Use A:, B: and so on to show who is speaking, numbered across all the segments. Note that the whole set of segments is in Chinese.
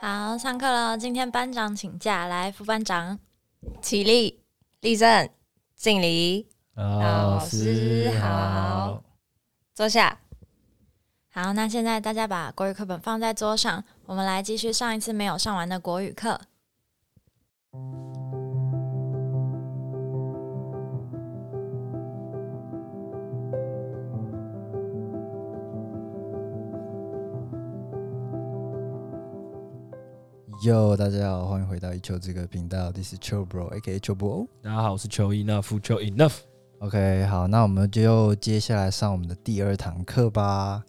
A: 们上课了。今天班长请假，来副班长。
B: 起立，立正，敬礼，
C: 老
B: 师好，坐下。
A: 好，那现在大家把国语课本放在桌上，我们来继续上一次没有上完的国语课。
C: 哟，大家好，欢迎回到一秋这个频道，This is Chill Bro，A.K.A 秋 Bro。
D: 大家好，我是邱 enough 邱 enough。
C: OK，好，那我们就接下来上我们的第二堂课吧。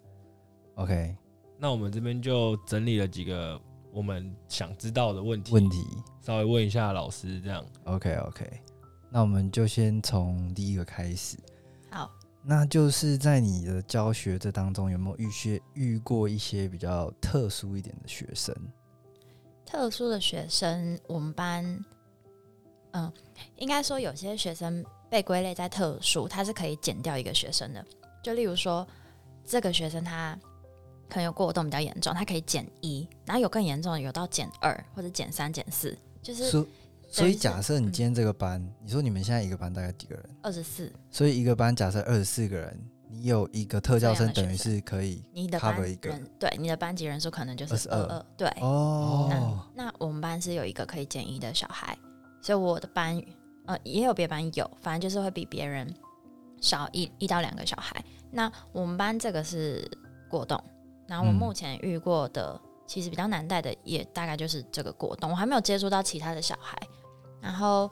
C: OK，
D: 那我们这边就整理了几个我们想知道的问题，
C: 问题
D: 稍微问一下老师，这样。
C: OK OK，那我们就先从第一个开始。
A: 好，
C: 那就是在你的教学这当中，有没有遇些遇过一些比较特殊一点的学生？
A: 特殊的学生，我们班，嗯、应该说有些学生被归类在特殊，他是可以减掉一个学生的。就例如说，这个学生他可能有过动比较严重，他可以减一，然后有更严重的有到减二或者减三、减四，就是
C: 所所以
A: 是
C: 假设你
A: 嗯
C: 今天这个班，你说你们现在一个班大概几个人？
A: 二十四。
C: 所以一个班假设二十四个人，你有一个特教生，
A: 这样
C: 等
A: 的
C: 于
A: 学生
C: 是可以
A: 你的班
C: cover 一个
A: 人对你的班级人数可能就是
C: 22
A: 二二对。
C: 哦
A: 哎那那我们班是有一个可以减一的小孩，所以我的班呃也有别班有，反正就是会比别人少一一到两个小孩。那我们班这个是过动，然后我
C: 嗯
A: 目前遇过的、其实比较难带的也大概就是这个过动，我还没有接触到其他的小孩。然后，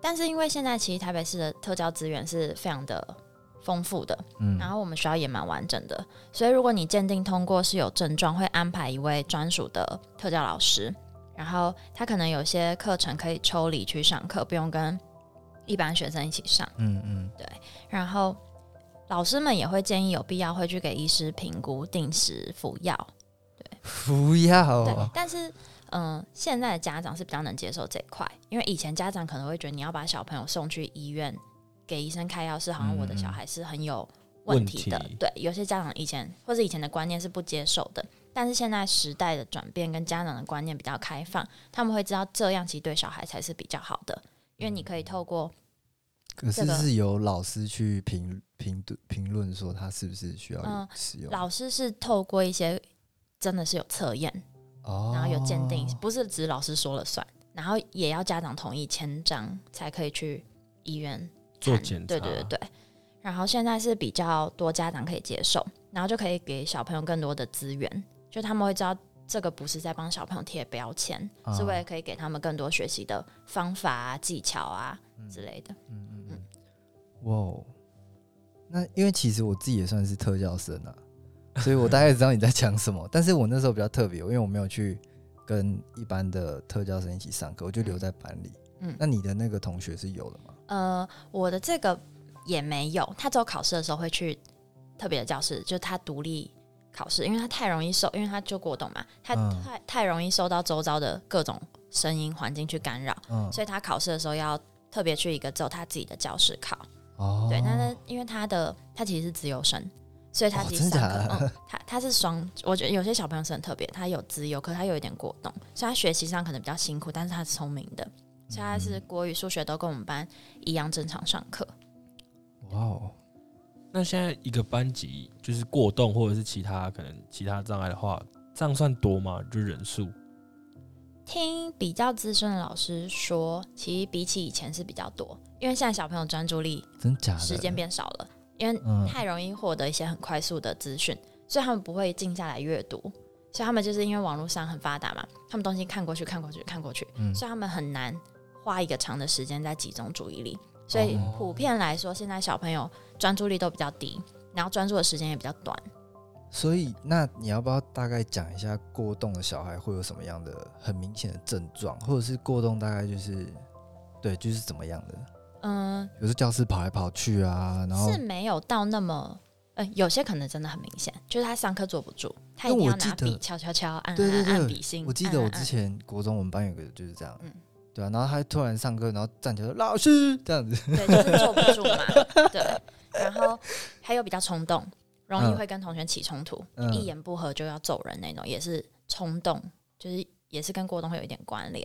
A: 但是因为现在其实台北市的特教资源是非常的丰富的，
C: 嗯
A: 然后我们学校也蛮完整的，所以如果你鉴定通过是有症状，会安排一位专属的特教老师，然后他可能有些课程可以抽离去上课，不用跟一般学生一起上。
C: 嗯嗯
A: 然后老师们也会建议有必要会去给医师评估，定时服药。
C: 不要
A: 哎对，
C: 哦
A: 但是嗯、呃现在的家长是比较能接受这一块，因为以前家长可能会觉得你要把小朋友送去医院给医生开药，是好像我的
C: 嗯嗯
A: 小孩是很有问题的。
D: 问题
A: 对，有些家长以前或者以前的观念是不接受的，但是现在时代的转变跟家长的观念比较开放，他们会知道这样其实对小孩才是比较好的，因为你可以透过
C: 可是
A: 这个
C: 是由老师去评评评论说他是不是需
A: 嗯
C: 要使用、
A: 老师是透过一些真的是有测验，
C: 哦，
A: 然后有鉴定，不是只老师说了算，然后也要家长同意签章才可以去医院
D: 做
A: 看
D: 检查
A: 对对对对。然后现在是比较多家长可以接受，然后就可以给小朋友更多的资源，就他们会知道这个不是在帮小朋友贴标签，
C: 啊
A: 是为了可以给他们更多学习的方法啊、技巧啊之类的。
C: 嗯嗯嗯，哇哦，那因为其实我自己也算是特教生啊，所以我大概知道你在讲什么。 但是我那时候比较特别，因为我没有去跟一般的特教生一起上课，我就留在班里。
A: 嗯
C: 那你的那个同学是有的吗？
A: 呃，我的这个也没有，他只有考试的时候会去特别的教室，就是他独立考试，因为他太容易受，因为他就过动嘛，他
C: 嗯
A: 太、太容易受到周遭的各种声音环境去干扰，
C: 嗯，
A: 所以他考试的时候要特别去一个只有他自己的教室考。
C: 哦，
A: 对，那他因为他的他其实是自由生，所以他
C: 哦
A: 其实
C: 真
A: 上
C: 假
A: 课、
C: 的
A: 嗯、他他是双，我觉得有些小朋友是很特别，他有自由，可他有一点过动，所以他学习上可能比较辛苦，但是他是聪明的，所以他
C: 嗯
A: 是国语、数学都跟我们班一样正常上课。
C: 哇哦，
D: 那现在一个班级就是过动或者是其他可能其他障碍的话，这样算多吗？就是人数
A: 听比较资深的老师说，其实比起以前是比较多，因为现在小朋友专注力
C: 真假的
A: 时间变少了，因为
C: 嗯
A: 太容易获得一些很快速的资讯，所以他们不会静下来阅读，所以他们就是因为网络上很发达嘛，他们东西看过去、看过去、看过去，
C: 嗯
A: 所以他们很难花一个长的时间在集中注意力。所以
C: 哦
A: 普遍来说，现在小朋友专注力都比较低，然后专注的时间也比较短。
C: 所以，那你要不要大概讲一下过动的小孩会有什么样的很明显的症状，或者是过动大概就是，对，就是怎么样的？
A: 嗯，
C: 有时候教室跑来跑去啊，然后
A: 是没有到那么，呃，有些可能真的很明显，就是他上课坐不住，他一
C: 因为
A: 定要
C: 我记
A: 拿
C: 得
A: 笔敲敲敲，按
C: 对对
A: 按
C: 对
A: 按笔芯。
C: 我记得
A: 按
C: 我
A: 按
C: 之前国中我们班有个就是这样，
A: 嗯
C: 对啊，然后他突然上课，然后站起来说老师这 样子，
A: 按对，就是坐不住嘛，对。然后还有比较冲动，容易
C: 嗯
A: 会跟同学起冲突，
C: 嗯
A: 一言不合就要揍人那种，也是冲动，就是也是跟过动会有一点关联，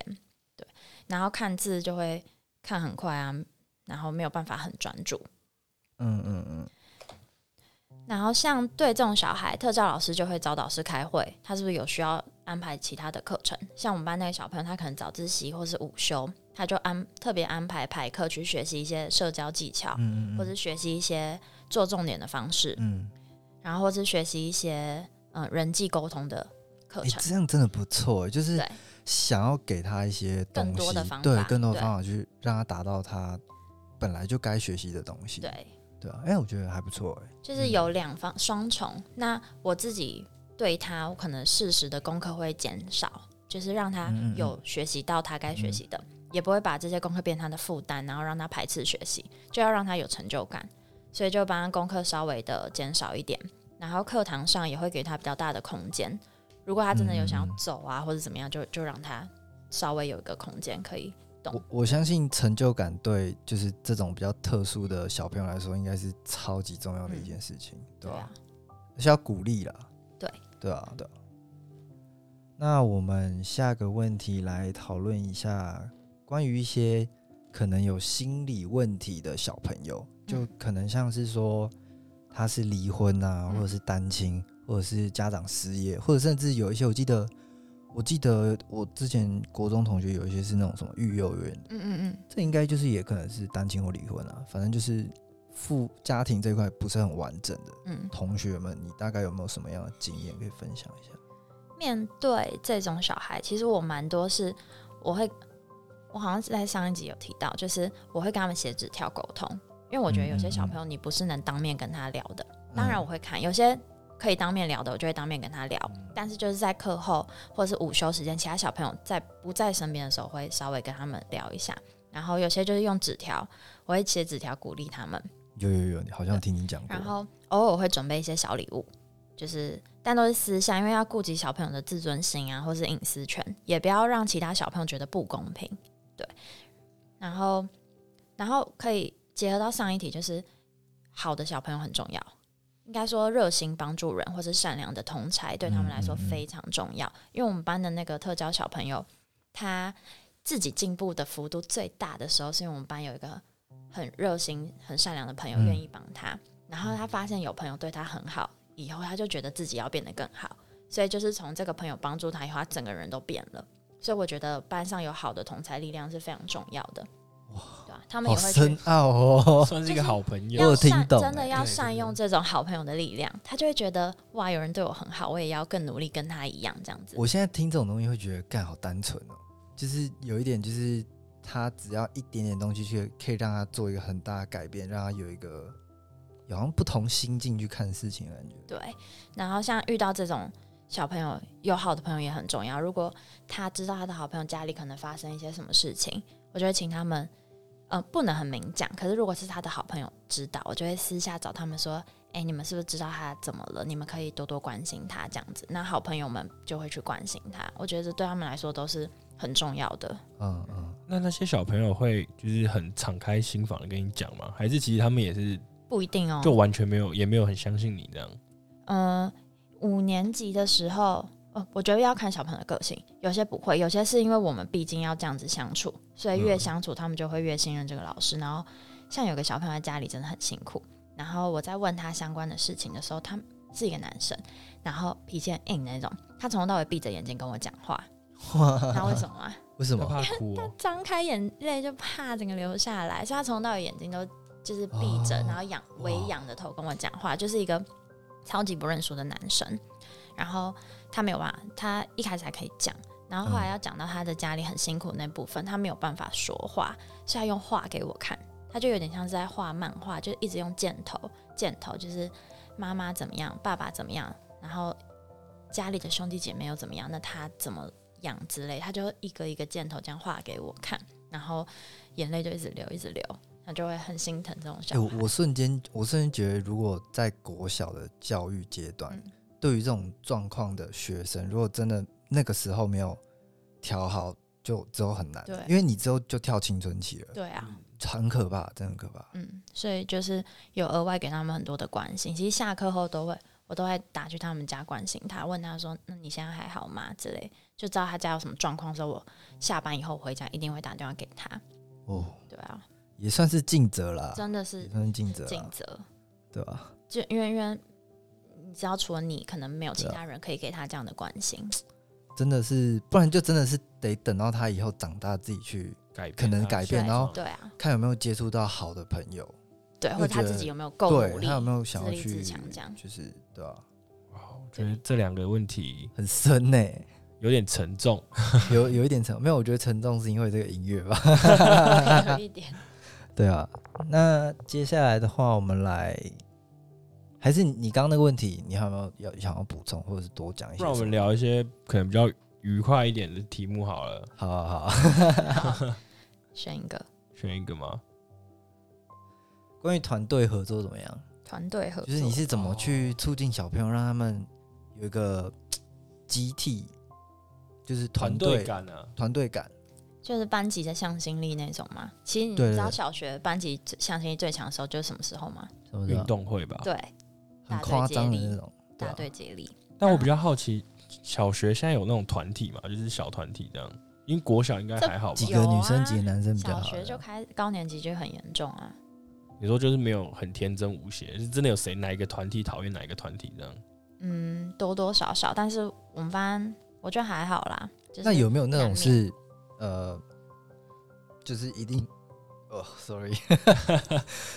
A: 对。然后看字就会看很快啊，然后没有办法很专注。
C: 嗯嗯嗯，
A: 然后像对这种小孩，特教老师就会找导师开会，他是不是有需要安排其他的课程？像我们班那个小朋友，他可能早自习或是午休，他就安特别安排排课去学习一些社交技巧，
C: 嗯嗯嗯，
A: 或是学习一些做重点的方式，
C: 嗯，
A: 然后或是学习一些嗯、呃人际沟通的课
C: 哎、
A: 程。
C: 这样真的不错，就是
A: 对
C: 想要给他一些东西，
A: 更多的方法
C: 对，更多的
A: 对
C: 方法去让他达到他本来就该学习的东西，
A: 对，
C: 对啊，哎、我觉得还不错、哎，
A: 就是有两方双重。那我自己对他，我可能适时的功课会减少，就是让他
C: 嗯嗯嗯
A: 有学习到他该学习的，也不会把这些功课变成他的负担，然后让他排斥学习，就要让他有成就感。所以就帮他功课稍微的减少一点，然后课堂上也会给他比较大的空间。如果他真的有想
C: 嗯嗯
A: 要
C: 嗯
A: 走啊，或者怎么样，就就让他稍微有一个空间可以。懂
C: 我我相信成就感对就是这种比较特殊的小朋友来说，应该是超级重要的一件事情，对
A: 嗯对
C: 吧、
A: 啊，
C: 是要鼓励啦。
A: 对，
C: 对啊，对啊。那我们下个问题来讨论一下关于一些可能有心理问题的小朋友，就
A: 嗯
C: 可能像是说他是离婚啊，
A: 嗯
C: 或者是单亲，或者是家长失业，或者甚至有一些我记得。我记得我之前国中同学有一些是那种什么育幼院的，
A: 嗯嗯嗯，
C: 这应该就是也可能是单亲或离婚啊，反正就是父家庭这一块不是很完整的。
A: 嗯，
C: 同学们，你大概有没有什么样的经验可以分享一下？
A: 面对这种小孩，其实我蛮多是我会，我好像是在上一集有提到，就是我会跟他们写纸条沟通，因为我觉得有些小朋友你不是能当面跟他聊的。
C: 嗯
A: 当然我会看，有些可以当面聊的，我就会当面跟他聊。
C: 嗯
A: 但是就是在课后或是午休时间，其他小朋友在不在身边的时候，会稍微跟他们聊一下。然后有些就是用纸条，我会写纸条鼓励他们。
C: 有有有，你好像听你讲过。
A: 然后偶尔会准备一些小礼物，就是但都是私下，因为要顾及小朋友的自尊心啊，或是隐私权，也不要让其他小朋友觉得不公平。对，然后然后可以结合到上一题，就是好的小朋友很重要。应该说，热心帮助人或是善良的同才，对他们来说
C: 嗯嗯嗯
A: 非常重要。因为我们班的那个特教小朋友，他自己进步的幅度最大的时候，是因为我们班有一个很热心、很善良的朋友
C: 嗯
A: 愿意帮他。然后他发现有朋友对他很好，以后他就觉得自己要变得更好，所以就是从这个朋友帮助他以后，他整个人都变了。所以我觉得班上有好的同才力量是非常重要的。对啊，他们
C: 好
A: 也会去
C: 深奥哦，
D: 算是一个好朋友
C: 我。
A: 要
C: 有听
A: 善
C: 懂
A: 真
C: 欸
A: 的要
D: 对
A: 善用这种好朋友的力量，他就会觉得哇，有人对我很好，我也要更努力跟他一样这样子。
C: 我现在听这种东西会觉得干好单纯哦，就是有一点就是他只要一点点东西去可以让他做一个很大的改变，让他有一个有好像不同心境去看事情的感觉。
A: 对，然后像遇到这种小朋友，有好的朋友也很重要。如果他知道他的好朋友家里可能发生一些什么事情，我就会请他们，呃，不能很明讲，可是如果是他的好朋友知道，我就会私下找他们说，哎、你们是不是知道他怎么了？你们可以多多关心他这样子。那好朋友们就会去关心他，我觉得这对他们来说都是很重要的。
C: 嗯嗯，
D: 那那些小朋友会就是很敞开心房的跟你讲吗？还是其实他们也是
A: 不一定哦，
D: 就完全没有，也没有很相信你这样？
A: 嗯，五年级的时候，哦，我觉得要看小朋友的个性，有些不会，有些是因为我们毕竟要这样子相处，所以越
D: 嗯
A: 相处他们就会越信任这个老师。然后像有个小朋友在家里真的很辛苦，然后我在问他相关的事情的时候，他是一个男生，然后脾气很硬那种，他从头到尾闭着眼睛跟我讲话，那
C: 哇，
A: 为什么啊？
C: 嗯 为什
D: 他
C: 么？
D: 怕哭、哦，
A: 张开眼泪就怕整个流下来，所以他从头到尾眼睛都就是闭着，
C: 哦
A: 然后仰微仰着头跟我讲话，就是一个超级不认输的男生。然后他没有办法，他一开始还可以讲，然后后来
C: 嗯
A: 要讲到他的家里很辛苦那部分，他没有办法说话，所以他用画给我看，他就有点像是在画漫画，就一直用箭头，箭头就是妈妈怎么样，爸爸怎么样，然后家里的兄弟姐妹又怎么样，那他怎么样之类，他就一个一个箭头这样画给我看，然后眼泪就一直流，一直流，他就会很心疼这种
C: 哎、
A: 小
C: 我
A: 孩。
C: 我瞬间我瞬间觉得，如果在国小的教育阶段，
A: 嗯
C: 对于这种状况的学生，如果真的那个时候没有调好，就之后很难。
A: 对
C: 因为你之后就跳青春期了，
A: 对啊，
C: 很可怕，真的很可怕。
A: 嗯，所以就是有额外给他们很多的关心。其实下课后都会，我都会打去他们家关心他，问他说：“那你现在还好吗？”之类，就知道他家有什么状况的时候，我下班以后回家一定会打电话给他。
C: 哦，
A: 对啊，
C: 也算是尽责啦，
A: 真的
C: 也
A: 是
C: 算是尽责
A: 尽
C: 啦，
A: 责，
C: 对吧、
A: 就因为因为你知道，除了你，可能没有其
C: 对啊
A: 他人可以给他这样的关心。
C: 真的是，不然就真的是得等到他以后长大自己去
D: 改变啊
C: 可能
D: 他
C: 改变
D: 现
C: 然后
D: 状
A: 对啊，
C: 看有没有接触到好的朋友，
A: 对，
C: 就
A: 或者他
C: 觉得
A: 自己有没有够努
C: 对
A: 力，
C: 他有没有想
A: 自
C: 要
A: 立
C: 去
A: 自强这样？
C: 就是对吧、
D: 哇，我觉得这两个问题
C: 很深呢、
D: 有点沉重。
C: 有有一点沉，没有，我觉得沉重是因为这个音乐吧。
A: 有一点。
C: 对啊，那接下来的话，我们来，还是你刚刚那个问题，你还有没有要想要补充，或者是多讲一些
D: 不
C: 什么？
D: 然我们聊一些可能比较愉快一点的题目好了，
C: 好啊好 啊
A: 好选一个
D: 选一个吗？
C: 关于团队合作怎么样？
A: 团队合作，
C: 就是你是怎么去促进小朋友，让他们有一个集体，就是团
D: 团队
C: 队
D: 感啊，
C: 团队感。
A: 就是班级的向心力那种吗？其实你
C: 对对
A: 知道
C: 对
A: 小学班级最向心力最强的时候就是什么时候吗？
C: 什么
D: 运
C: 的，
D: 动会吧。
A: 对，啊
C: 很夸张的那种，啊对
A: 大
C: 啊
A: 队接力。
D: 但我比较好奇，小学现在有那种团体嘛，就是小团体这样，因为国小应该还好吧
C: 几？
A: 有
C: 个
A: 啊
C: 女生几个男生比较
A: 小
C: 好
A: 学就
C: 的。啊
A: 开，高年级就很严重啊。
D: 你说就是没有很天真无邪，是真的有谁哪一个团体讨厌哪一个团体这样？
A: 嗯，多多少少，但是我们班我觉得还好啦。就是、
C: 那有没有那
A: 难
C: 种
A: 免
C: 是呃，就是一定哦，sorry，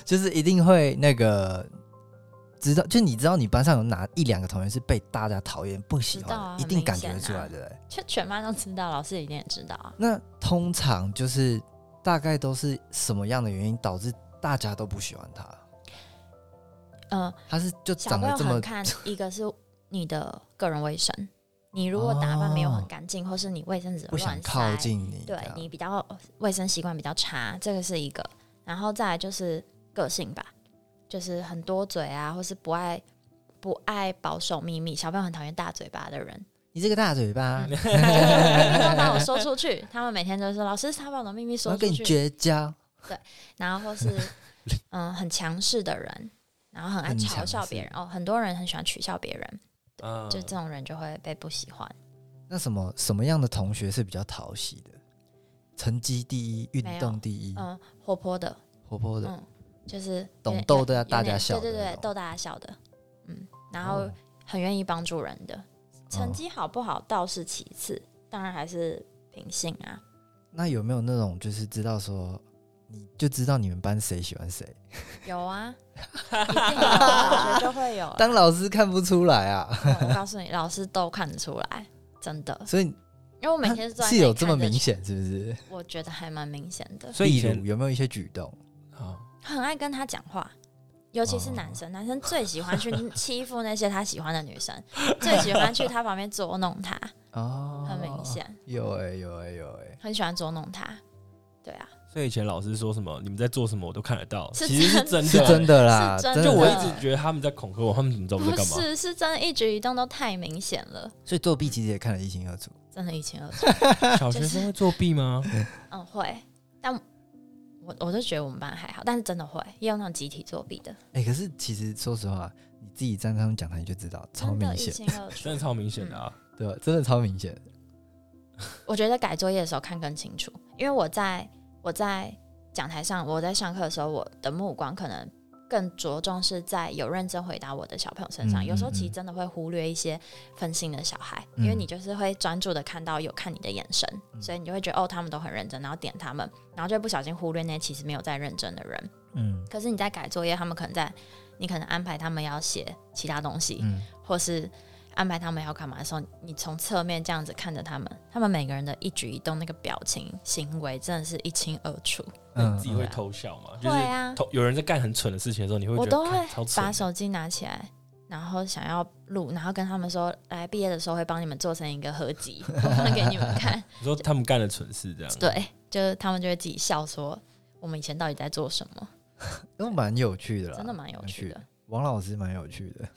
C: 就是一定会那个知道，就你知道你班上有哪一两个同学是被大家讨厌不喜
A: 知
C: 欢
A: 道啊
C: 的，一
A: 很
C: 定
A: 明
C: 感觉得
A: 显
C: 出
A: 啊
C: 来，对不对？
A: 就全班都知道，老师一定也知道啊。
C: 那通常就是大概都是什么样的原因导致大家都不喜欢他？
A: 嗯、
C: 他是就
A: 小
C: 长
A: 朋
C: 得
A: 友
C: 这么
A: 很 看一个是你的个人卫生，你如果打扮没有很
C: 哦
A: 干净，或是你卫生纸
C: 不想
A: 乱
C: 靠
A: 塞，
C: 近你这
A: 对
C: 样，
A: 你比较卫生习惯比较差，这个是一个。然后再来就是个性吧，就是很多嘴啊，或是不爱不爱保守秘密，小朋友很讨厌大嘴巴的人。
C: 你这个大 嘴巴，
A: 嗯就是一定要把我说出去，他们每天都说老师，他把我的秘密
C: 我
A: 说
C: 要
A: 出
C: 跟你
A: 去，
C: 绝交。
A: 然后或是嗯很强势的人，然后很爱
C: 很
A: 嘲
C: 强
A: 笑
C: 势
A: 别人哦，很多人很喜欢取笑别人，
D: 嗯，
A: 就这种人就会被不喜欢。
C: 那什么什么样的同学是比较讨喜的？成绩第一，运
A: 没有
C: 动第一，
A: 嗯，活泼的，
C: 活泼的，
A: 嗯，就是有
C: 懂
A: 点
C: 逗
A: 有
C: 大
A: 有
C: 家大家
A: 点
C: 笑
A: 对
C: 的
A: 对
C: 那
A: 对，
C: 种
A: 逗大家笑的，嗯，然后
C: 哦
A: 很愿意帮助人的，成绩好不好倒是其次，当然还是品性啊。
C: 那有没有那种就是知道说，你就知道你们班谁喜欢谁？
A: 有啊，一定有啊，我觉得就会有啊。
C: 当老师看不出来啊，
A: 嗯我告诉你，老师都看得出来，真的，
C: 所以
A: 因为我哦每天
C: 那
A: 都
C: 是有这么明，显，是不是？
A: 我觉得还蛮明显的。
D: 所以以
C: 例如
D: 前
C: 有没有一些举动？
D: 啊，
A: 很爱跟他讲话，尤其是男
D: 哦
A: 生，男生最喜欢去欺负那些他喜欢的女 生，最喜欢去他旁边捉弄他，
C: 哦，
A: 很明，显，
C: 有哎、有哎、有哎、
A: 很喜欢捉弄他。对啊，
D: 所以以前老师说什么你们在做什么我都看得到，
A: 是
D: 其实是啊
A: 真
D: 真
A: 的
D: 的，
C: 是真的啦，
A: 是真
C: 的
A: 的
D: 就我一
C: 啦
D: 直觉得他们在恐吓我，他们怎么知道我
A: 不
D: 在干嘛？
A: 是，是真的，一举一动都太明显了，
C: 所以作弊其实也看得一清二楚。
A: 真的一清 二楚。
D: 小学生会作弊吗？
A: 嗯，会，但我我就觉得我们班还好，但是真的会，也有那种集体作弊的，
C: 哎、可是其实说实话，你自己站上讲台你就知道，超
A: 真的
C: 明
A: 一
C: 显，
A: 清二楚
D: 真。的超明显的啊！
C: 对吧？真的超明显。
A: 我觉得改作业的时候看更清楚，因为我在我在讲台上，我在上课的时候，我的目光可能更着重是在有认真回答我的小朋友身上。
C: 嗯
A: 有时候
C: 嗯
A: 其实
C: 嗯
A: 真的会忽略一些分心的小孩，因为
C: 嗯
A: 你就是会专注的看到有看你的眼神，
C: 嗯
A: 所以你就会觉得哦，他们都很认真，然后点他们，然后就会不小心忽略那些其实没有在认真的人。
C: 嗯
A: 可是你在改作业，他们可能在你可能安排他们要写其他东西，
C: 嗯，
A: 或是安排他们要干嘛的时候，你从侧面这样子看着他们，他们每个人的一举一动、那个表情、行为，真的是一清二楚。
D: 那
C: 嗯
D: 你自己会偷笑吗？
A: 会
D: 就是
A: 啊，
D: 偷有人在干很蠢的事情的时候，你会觉
A: 我
D: 得
A: 都
D: 干
A: 会
D: 超蠢
A: 把
D: 的。
A: 手机拿起来，然后想要录，然后跟他们说，来毕业的时候会帮你们做成一个合集，我放给你们 看。
D: 你说他们干的蠢事这样，
A: 对，就是他们就会自己笑说，我们以前到底在做什么，
C: 嗯都蛮有趣的啦，
A: 真的蛮有趣
C: 蛮
A: 的
C: 有。。王老师蛮有趣的，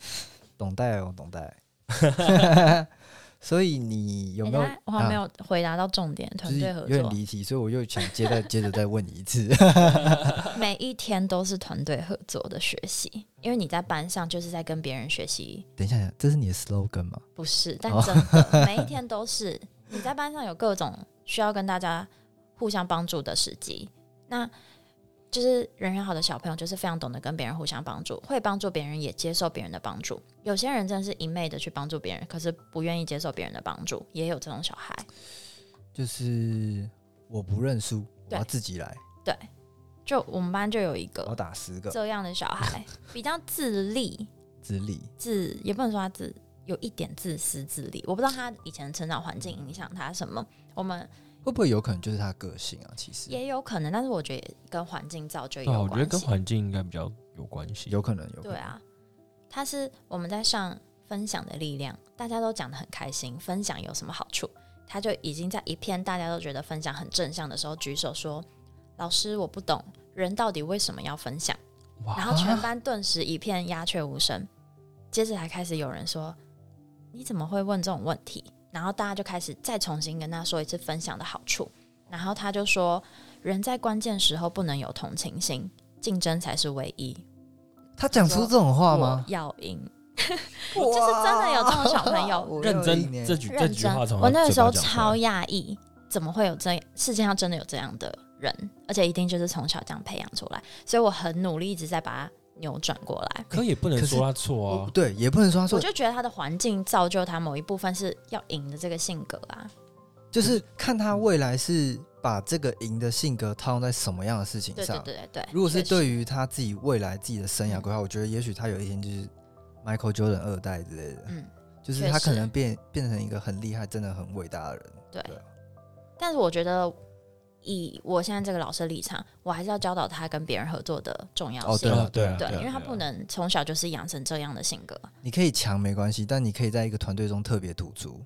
C: 懂带哦，懂带。所以你有
A: 诶
C: 没有
A: 等一？下哎我好像没
C: 啊，
A: 有回答到重点，团
C: 就是
A: 队
C: 有
A: 合
C: 点
A: 作，
C: 离题，所以我又想接 再接着再问你一次。
A: 每一天都是团队合作的学习，因为你在班上就是在跟别人学习，
C: 等一下，这是你的 slogan 吗？
A: 不是，但
C: 哦
A: 真的每一天都是你在班上有各种需要跟大家互相帮助的时机，那就是人缘好的小朋友，就是非常懂得跟别人互相帮助，会帮助别人，也接受别人的帮助。有些人真的是一昧的去帮助别人，可是不愿意接受别人的帮助，也有这种小孩。
C: 就是我不认输，我要
A: 对
C: 自己来，
A: 就我们班就有一
C: 我要
A: 个
C: 打十个
A: 这样的小孩，比较自立，
C: 自立。
A: 自也不能说他自有一点自私自利，我不知道他以前的成长环境影响他什么。我们
C: 会不会有可能就是他个性啊？其实
A: 也有可能，但是我觉得也跟环境造就也
D: 对啊，
A: 有
D: 我觉得
A: 关
D: 跟
A: 系。
D: 环境应该比较有关系。
C: 有可能有可
A: 对
C: 能。
A: 啊，他是我们在上分享的力量，大家都讲得很开心，分享有什么好处？他就已经在一片大家都觉得分享很正向的时候举手说：“老师，我不懂人到底为什么要分享。”
D: 哇，
A: 然后全班顿时一片鸦雀无声。接着还开始有人说：“你怎么会问这种问题？”然后大家就开始再重新跟他说一次分享的好处。然后他就说：“人在关键时候不能有同情心，竞争才是唯一。
C: 他讲出这种话吗
A: 我？要赢。
C: 就是
A: 真的有这种小朋友
D: 认真这句这
A: 认
D: 句
A: 真
D: 话从，他
A: 我那个
D: 嘴
A: 时候
D: 巴讲出来
A: 超讶异，怎么会有这世界上真的有这样的人？而且一定就是从小这样培养出来。所以我很努力，一直在把它扭转过来。
D: 可也不能
C: 可是
D: 说他错啊。
C: 对，也不能说他
A: 我
C: 说，
A: 就觉得他的环境造就他某一部分是要赢的这个性格啊。
C: 就是看他未来是把这个赢的性格套用在什么样的事情
A: 对对
C: 上。
A: 对嗯对对。
C: 如果是
A: 确实
C: 对于他自己未来自己的生涯规划，我觉得也许他有一天就是 Michael Jordan 二代之类的，
A: 嗯，
C: 就是他
A: 确实
C: 可能变变成一个很厉害、真的很伟大的人。
A: 对
C: 对啊。
A: 但是我觉得以我现在这个老师的立场，我还是要教导他跟别人合作的重要
C: 哦，对
A: 性。
C: 了，
D: 对
C: 了
D: 啊
A: 对
D: 啊
A: 因为他
D: 对啊
A: 不能从小就是养成这样的性格。
C: 你可以强没关系，但你可以在一个团队中特别突出，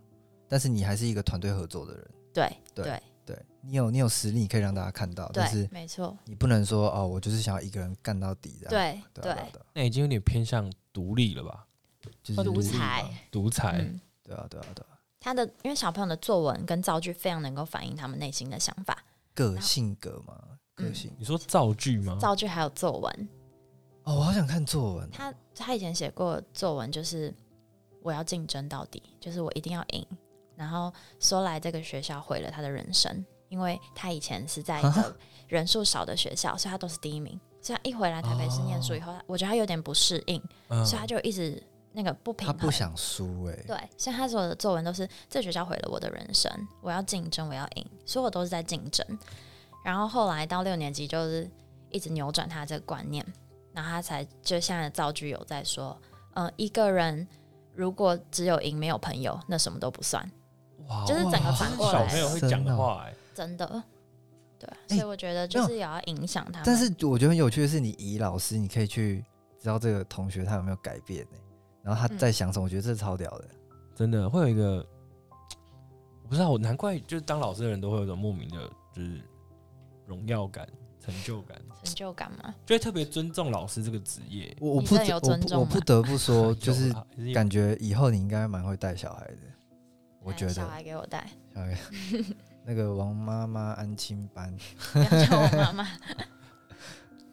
C: 但是你还是一个团队合作的人。
A: 对
C: 对
A: 对
C: 对你有你有实力，你可以让大家看到，但
A: 对
C: 是，
A: 没错，
C: 你不能说哦，我就是想要一个人干到底的。
A: 对
C: 对啊对啊啊
A: 对，
C: 对啊，
D: 那已经有点偏向独立了吧？
C: 就是
A: 独
C: 努力
A: 裁
C: 嘛。
D: 独裁，
A: 嗯。
C: 对啊对啊对啊，
A: 他的因为小朋友的作文跟造句非常能够反映他们内心的想法，嗯
C: 个性格嘛，个性。
D: 你说造句吗？
A: 造句还有作文。
C: 哦，我好想看作文哦。
A: 他他以前写过作文，就是我要竞争到底，就是我一定要赢。然后说来这个学校毁了他的人生，因为他以前是在一个
C: 啊
A: 人数少的学校，所以他都是第一名。所以他一回来台北市念书
C: 哦
A: 以后，我觉得他有点不适应，
D: 嗯
A: 所以他就一直那个不平
C: 他
A: 衡。
C: 不想输哎、
A: 对，啊所以他所有的作文都是这学校毁了我的人生，我要竞争，我要赢，所以我都是在竞争。然后后来到六年级，就是一直扭转他这个观念，然后他才就现在的造句有在说，嗯、一个人如果只有赢没有朋友，那什么都不算，
D: 哇
A: 就是整个反过
D: 小
A: 来
D: 朋友会讲的话、哎，
A: 真的。对啊，
C: 哎
A: 所以我觉得就是也要影响他们。
C: 但是我觉得很有趣的是，你以老师，你可以去知道这个同学他有没有改变、欸、然后他
A: 嗯
C: 在想什么，我觉得这超屌的。
D: 真的会有一个，我不知道，我难怪就是当老师的人都会有一种莫名的，就是荣耀感、成就感，
A: 成就感嘛，
D: 就会特别尊重老师这个职业。
C: 我我
A: 你
C: 不
A: 真的
C: 得
A: 有
C: 我
A: 尊
C: 不
A: 重
C: 我
A: 吗
C: 不得不说，就
D: 有啊
C: 是
D: 啦还是有
C: 感觉以后你应该蛮会带小孩的，我
A: 哎
C: 觉得。
A: 小孩给我 带，
C: 小孩那个王妈妈安亲班，
A: 不要叫我妈 妈。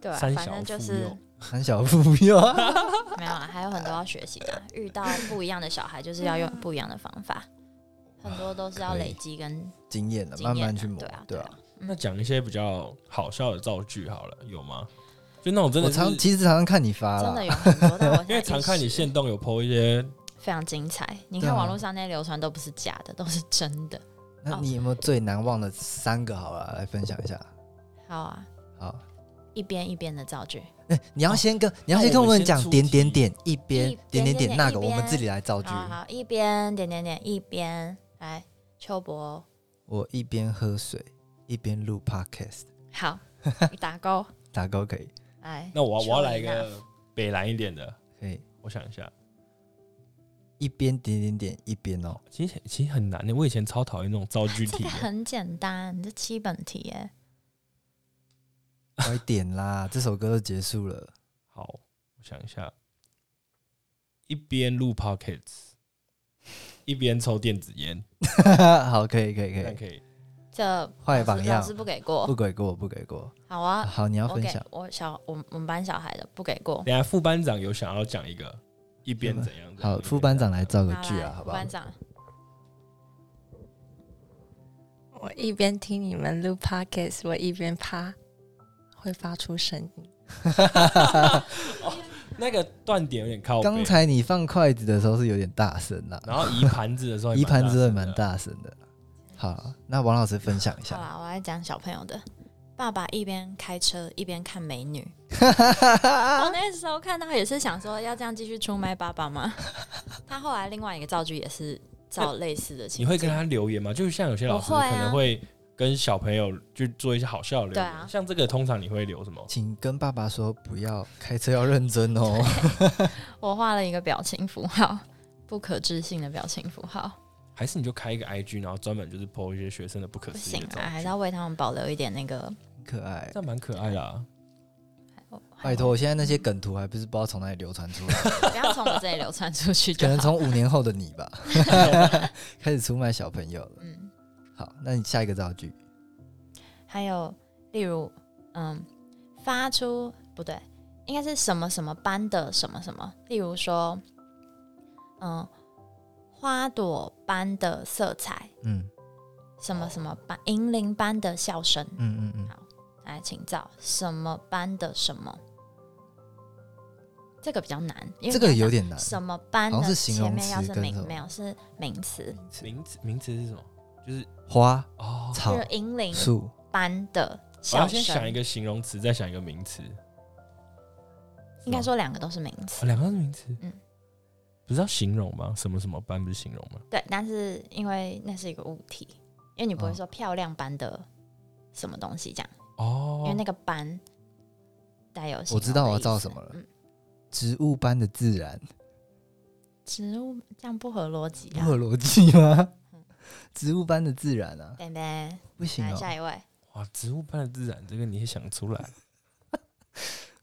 A: 对啊，
D: 三
A: 反
D: 小
A: 正就
D: 妇
A: 是
D: 幼
C: 很小不用啊。
A: 没有啊，还有很多要学习 的啊。遇到不一样的小孩，就是要用不一样的方法，很多都是要累积跟
C: 经验了，
A: 经
C: 慢
A: 验
C: 慢
A: 啊
C: 去磨
A: 对啊，
C: 对
A: 对
C: 啊
A: 啊。
D: 那讲一些比较好笑的造句好了，有吗？就那种真
C: 我
D: 的是，
C: 常其实常常看你发
A: 嗯真的
C: 了，
A: 有很多。但我 现在
D: 因为常看你
A: 一时
D: 现动有 PO 一些，
A: 非常精彩，你
C: 对
A: 看
C: 啊
A: 网络上那些流传都不是假的，都是真的。
C: 那你有没有最难忘的三个？好了，来分享一下。
A: 好啊，
C: 好，
A: 一边一边的造句，
C: 哎，你要先跟你要
D: 那
C: 先
D: 我
C: 跟我
D: 们
C: 们
D: 先
C: 讲
D: 出
C: 点点
D: 题
C: 点，一边
A: 一
C: 点
A: 边
C: 点
A: 点
C: 点
A: 点
C: 那
A: 一
C: 个，我们自
A: 边
C: 己来造句。
A: 好好，一边点点点，一边来秋博，
C: 我一边喝水一边录 podcast，
A: 好，打勾，
C: 打勾可以，
A: 来，
D: 那我要
A: Sure
D: 我要来一
A: enough
D: 个北蓝一点的，
C: 可以
D: 我想一下，
C: 一边点点点一边 哦。
D: 其实其实很难的，我以前超讨厌那种造句
A: 这
D: 题
A: 个
D: 的，
A: 很简单，这七本题耶，
C: 快点啦，这首歌都结束了。
D: 好，我想一下，一边录 p o c k e t 一边抽电子烟，
C: 好，可以可以
D: 这
C: 可
D: 样
C: 以，
D: 可以。
A: 这
C: 坏榜
A: 老
C: 样
A: 师，不给过
C: 不。给过不给过。
A: 好啊，
C: 好，你要
A: 我
C: 分
A: 给
C: 享
A: 我小我们我们班小孩的不给过。
D: 等一下副班长有想要讲一个一边
C: 嗯
D: 怎样的？
C: 好
D: 一，边
C: 副班
D: 怎
C: 长
D: 样
C: 来造个
A: 好
C: 句
A: 来
C: 啊，好
A: 副
C: 不好
A: 班？长，
B: 我一边听你们录 podcast，我一边趴，会发出声音。
D: 那个断点有点靠背
C: 刚才你放筷子的时候是有点大声啦，
D: 然后移盘子的时候也
C: 一
D: 蛮大声
C: 盘
D: 的，
C: 子会蛮大声的。好，那王老师分享一
A: 好
C: 下，
A: 啦，我来讲小朋友的。爸爸一边开车一边看美女，
C: 啊
A: 我那时候看到也是想说，要这样继续出卖爸爸吗？ 他后来另外一个造句也是造类似的情
D: 你
A: 景，
D: 会跟他留言吗？就是像有些老师
A: 我会啊
D: 可能会跟小朋友去做一些好笑的留
A: 对
D: 言，
A: 啊
D: 像这个通常你会留什么？
C: 请跟爸爸说不要开车要认真哦。
A: 我画了一个表情符号，不可置信的表情符号，
D: 还是你就开一个 IG，然后专门就是 po 一些学生的不可
A: 不
D: 思议
A: 行
D: 的照
A: 啊，还是
D: 片，
A: 要为他们保留一点那个。
C: 可爱
D: 这，样蛮可爱的啊。
C: 拜托，我现在那些梗图还不是不知道从哪里流传出来，
A: 不要从我这里流传出去
C: 可
A: 就
C: 能
A: 好。
C: 从五年后的你 吧，开始出卖小朋友了。
A: 嗯，
C: 好，那你下一个造句，
A: 还有例如，嗯，发出不对，应该是什么什么班的什么什么，例如说，嗯，花朵般的色彩，
C: 嗯
A: 什么什么班，银铃般的笑声。
C: 嗯嗯嗯，
A: 来，请造什么班的什么？这个比较难，因为
C: 这个
A: 你要想
C: 有点难。
A: 什么班
C: 好像
A: 的
C: 是形容
A: 前面要
C: 词
A: 是
C: 跟
A: 名
C: 什么
A: 没有是名词，
C: 名词
D: 名词名词是什么？就是
C: 花
D: 哦，
A: 就
C: 草
A: 是银铃
C: 树
A: 般的
D: 我
A: 笑
D: 要先
A: 声。
D: 想一个形容词，再想一个名词。
A: 应该说两个都是名
D: 哦
A: 词，
D: 两个都是名词，
A: 嗯
D: 不是要形容吗？什么什么班不是形容吗？
A: 对，但是因为那是一个物体，因为你不会
C: 哦
A: 说漂亮班的什么东西这样，因为
D: 哦
A: 那，个班带有
C: 我知道我要
A: 要
C: 造什么了
A: 嗯，
C: 植物般的自然，
A: 植物这样不合逻辑
C: 不
A: 啊，
C: 合逻辑吗
A: 嗯？
C: 植物般的自然啊，
A: 对呗，
C: 不行
A: 来
C: 哦，
A: 下一位，
D: 哇，植物般的自然，这个你也想出来？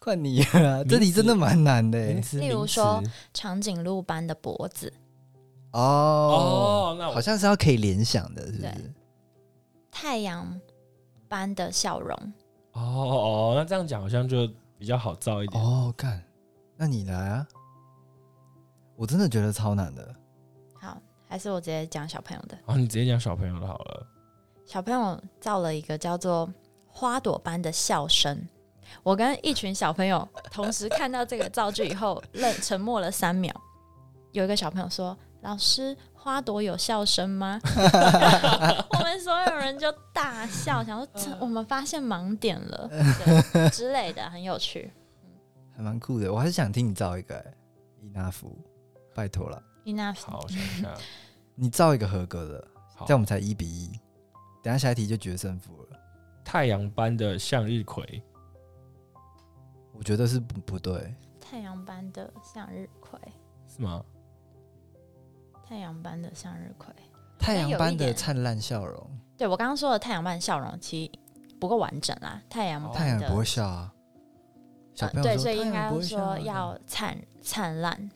C: 快你啊，这里真的蛮难的
D: 名
C: 欸
D: 词，
A: 例如
D: 名词
A: 说长颈鹿般的脖子，
C: 哦，
D: 哦，那我
C: 好像是要可以联想的，是不
A: 对
C: 是？
A: 太阳般的笑容，
D: 哦哦，那这样讲好像就比较好造一点。
C: 哦，干，那你来啊！我真的觉得超难的。
A: 好，还是我直接讲小朋友的，
D: 哦，你直接讲小朋友的好了。
A: 小朋友造了一个叫做“花朵般的笑声”。我跟一群小朋友同时看到这个造句以后，愣沉默了三秒。有一个小朋友说：“老师，花朵有笑声吗？” 我们所有人就大笑，想说
D: 嗯
A: 这我们发现盲点 了对之类的，很有趣。
C: 还蛮酷的。我还是想听你造一个、欸，伊纳福，拜托了，
A: Enough，
D: 好，我想 一下，
C: 你造一个合格的，
D: 好
C: 这样我们才一比一。等一下下一题就决胜负了，
D: 太阳般的向日葵，
C: 我觉得是不不对，
A: 太阳般的向日葵，
D: 是吗？
A: 太阳般的向日葵。
C: 太阳般
A: 有一
C: 的
A: 点
C: 灿烂笑容，
A: 对我刚刚说的太阳般的笑容，其实不够完整啦。太阳
D: 哦
C: 太
A: 般
C: 阳
A: 的、
C: 不会笑啊。小
A: 呃
C: 朋友
A: 对，
C: 说
A: 所以
C: 太
A: 应
C: 阳
A: 该
C: 不会笑啊
A: 说要灿灿烂，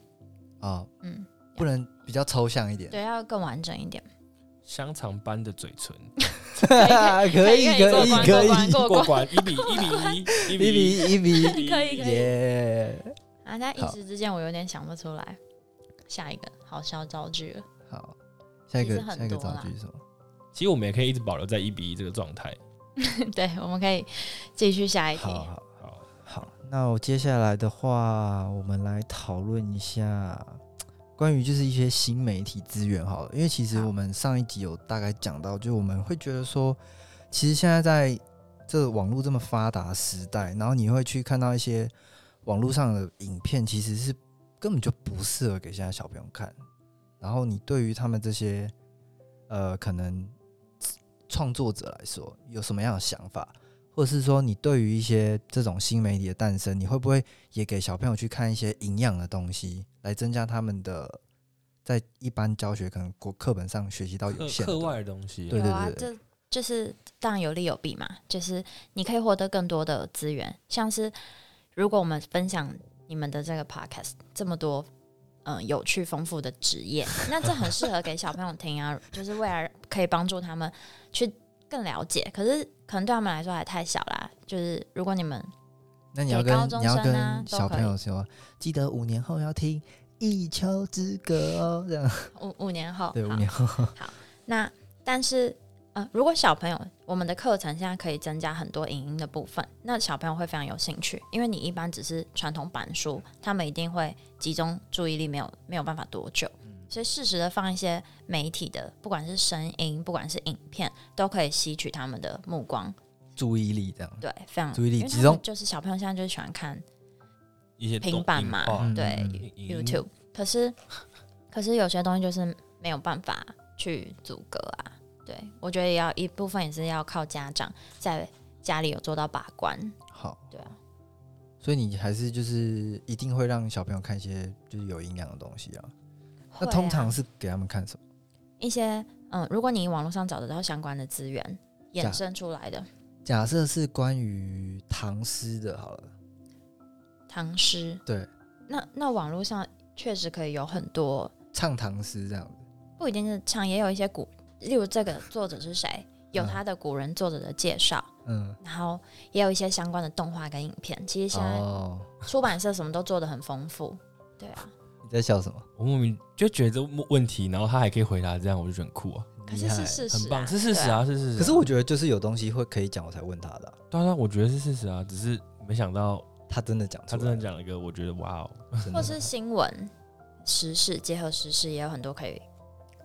C: 哦，
A: 嗯，
C: 不能比较抽象一点。
A: 对，要更完整一点。
D: 香肠般的嘴唇，
C: 可以
A: 可以
C: 可以
A: 过关
C: 可以
A: 过，关过
D: 过关一比 一比一，一
C: 一比一一比一，
A: 可以可以
C: 耶！
A: 啊，但一
C: 好
A: 时之间我有点想不出来下一个好笑造句了。
C: 好，下一
A: 其实
C: 个
A: 很
C: 下一个
A: 多
C: 造
A: 啦
C: 句是什么？
D: 其实我们也可以一直保留在一比一这个状态。
A: 对，我们可以继续下一题。
C: 好好。
D: 好，
C: 好，那我接下来的话，我们来讨论一下关于就是一些新媒体资源好了，因为其实
A: 好
C: 我们上一集有大概讲到，就我们会觉得说，其实现在在这网络这么发达的时代，然后你会去看到一些网络上的影片，其实是根本就不适合给现在小朋友看。然后你对于他们这些呃可能呃创作者来说，有什么样的想法？或者是说你对于一些这种新媒体的诞生，你会不会也给小朋友去看一些营养的东西，来增加他们的在一般教学可能国课本上学习到哦有
D: 课
C: 限的
D: 课
C: 东西
D: 外的东西，
C: 对
A: 有啊，
C: 对
A: 这就是当然有利有弊嘛，就是你可以获得更多的资源，像是如果我们分享你们的这个 podcast 这么多嗯、有趣丰富的职业。那这很适合给小朋友听啊，就是未来可以帮助他们去更了解。可是可能对他们来说还太小啦，就是如果你们
C: 那你要
A: 给
C: 跟、
A: 高中
C: 你要
A: 生啊
C: 跟
A: 都
C: 小
A: 可
C: 朋友
A: 以
C: 说，记得五年后要听《一丘之隔》哦，这样
A: 五五年后，
C: 对，五
A: 好
C: 年后
A: 那但是呃，如果小朋友，我们的课程现在可以增加很多影音的部分，那小朋友会非常有兴趣，因为你一般只是传统板书，他们一定会集中注意力，没有没有办法多久。
C: 嗯
A: 所以适时的放一些媒体的，不管是声音，不管是影片，都可以吸取他们的目光。
C: 注意力这样，
A: 对，非常
C: 注意力
A: 因为他
C: 集中
A: 们就是小朋友现在就是喜欢看
D: 一些
A: 平板嘛
D: 动
C: 嗯
D: 影哦
A: 对
C: 嗯
D: 影音
A: YouTube，可是可是有些东西就是没有办法去阻隔啊。对，我觉得也要一部分也是要靠家长在家里有做到把关。
C: 好，
A: 对啊，
C: 所以你还是就是一定会让小朋友看一些就是有营养的东西啊。那
A: 会
C: 通
A: 啊
C: 常是给他们看什么？
A: 一些嗯，如果你网络上找得到相关的资源
C: 假
A: 衍生出来的
C: 假设是关于唐诗的，好了，
A: 唐诗，
C: 对，
A: 那那网络上确实可以有很多，
C: 唱唐诗这样子，
A: 不一定是唱，也有一些古，例如这个作者是谁，有
C: 嗯
A: 他的古人作者的介绍，
C: 嗯，
A: 然后也有一些相关的动画跟影片。其实现在
C: 哦，
A: 出版社什么都做的很丰富，对啊。
C: 你在笑什么？
D: 我莫名就觉得这问问题，然后他还可以回答，这样我就觉得很酷啊，
A: 可是
C: 厉害
A: 是事实、啊，
D: 很棒，是事实啊，是事实啊。
C: 可是我觉得就是有东西会可以讲，我才问他的啊、
D: 当然我觉得是事实啊，只是没想到
C: 他真的讲出
D: 他
C: 来
D: 真的
C: 了，
D: 讲了一个，我觉得哇哦，
A: 对
C: 真
A: 啊，或
C: 的
A: 是新闻、时事结合时事，也有很多可以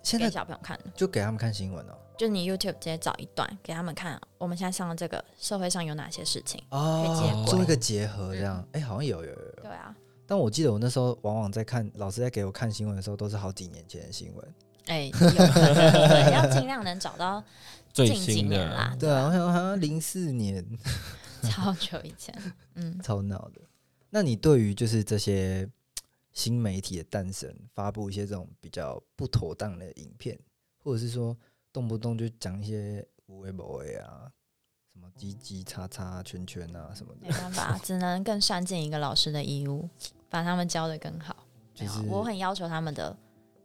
C: 现
A: 给
C: 在
A: 小朋友看的。
C: 就给他们看新闻哦、
A: 就你 YouTube 直接找一段给他们看，我们现在上了这个社会上有哪些事情？可以接嗯轨
C: 哦，做一个结合这样，哎、好像有有有有。
A: 对啊，
C: 但我记得我那时候往往在看老师在给我看新闻的时候，都是好几年前的新闻。
A: 哎、有可能对，要尽量能找到
D: 最
A: 近几
D: 新
A: 年
D: 的
A: 啦，
C: 对啊，我想好像零四年，
A: 超久以前，嗯，
C: 超闹的。那你对于就是这些嘖新媒体的诞生，发布一些这种比较不妥当的影片，或者是说动不动就讲一些无为不为啊，什么叽叽叉叉圈圈啊什么
A: 没
C: 的，
A: 办法，只能更善尽一个老师的义务，把他们教的更好。
C: 就
A: 没有
C: 是
A: 我很要求他们的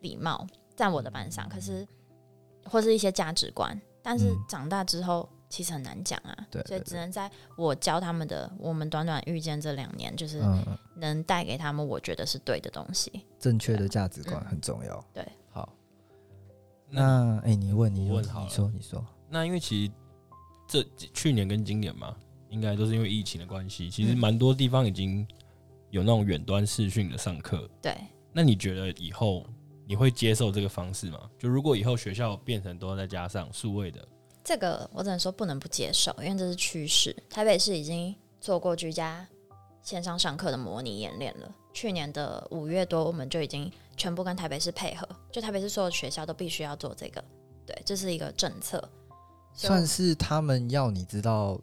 A: 礼貌，在我的班上，可是或是一些价值观，但是
C: 嗯
A: 长大之后其实很难讲啊，
C: 对
A: 所以
C: 对
A: 只能在我教他们的，我们短短遇见这两年，就是
C: 嗯，
A: 能带给他们我觉得是对的东西。
C: 正确
A: 对
C: 的
A: 啊
C: 价值观
A: 嗯
C: 很重要。
D: 好。
C: 那哎、你问你
D: 嗯我问
C: 你
D: 好了
C: 说你说，
D: 那因为其实这去年跟今年嘛，应该都是因为疫情的关系，其实
A: 嗯
D: 蛮多地方已经有那种远端视讯的上课。
A: 对，
D: 那你觉得以后你会接受这个方式吗？就如果以后学校变成都要再加上数位的，
A: 这个我只能说不能不接受，因为这是趋势。台北市已经做过居家线上上课的模拟演练了。去年的五月多，我们就已经全部跟台北市配合，就台北市所有学校都必须要做这个。对，这是一个政策。所以我
C: 算是他们要你知道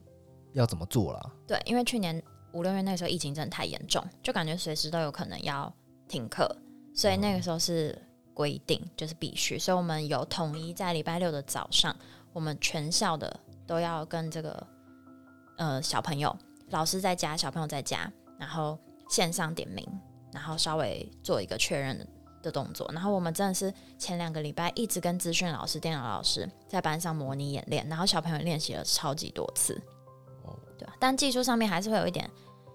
C: 要怎么做啦。
A: 对，因为去年五六月那个时候疫情真的太严重，就感觉随时都有可能要停课，所以那个时候是规定，就是必须。所以我们有统一在礼拜六的早上，我们全校的都要跟这个呃小朋友、老师在家、小朋友在家，然后线上点名，然后稍微做一个确认的动作。然后我们真的是前两个礼拜一直跟资讯老师、电脑老师在班上模拟演练，然后小朋友练习了超级多次。
D: 哦，
A: 对吧？但技术上面还是会有一点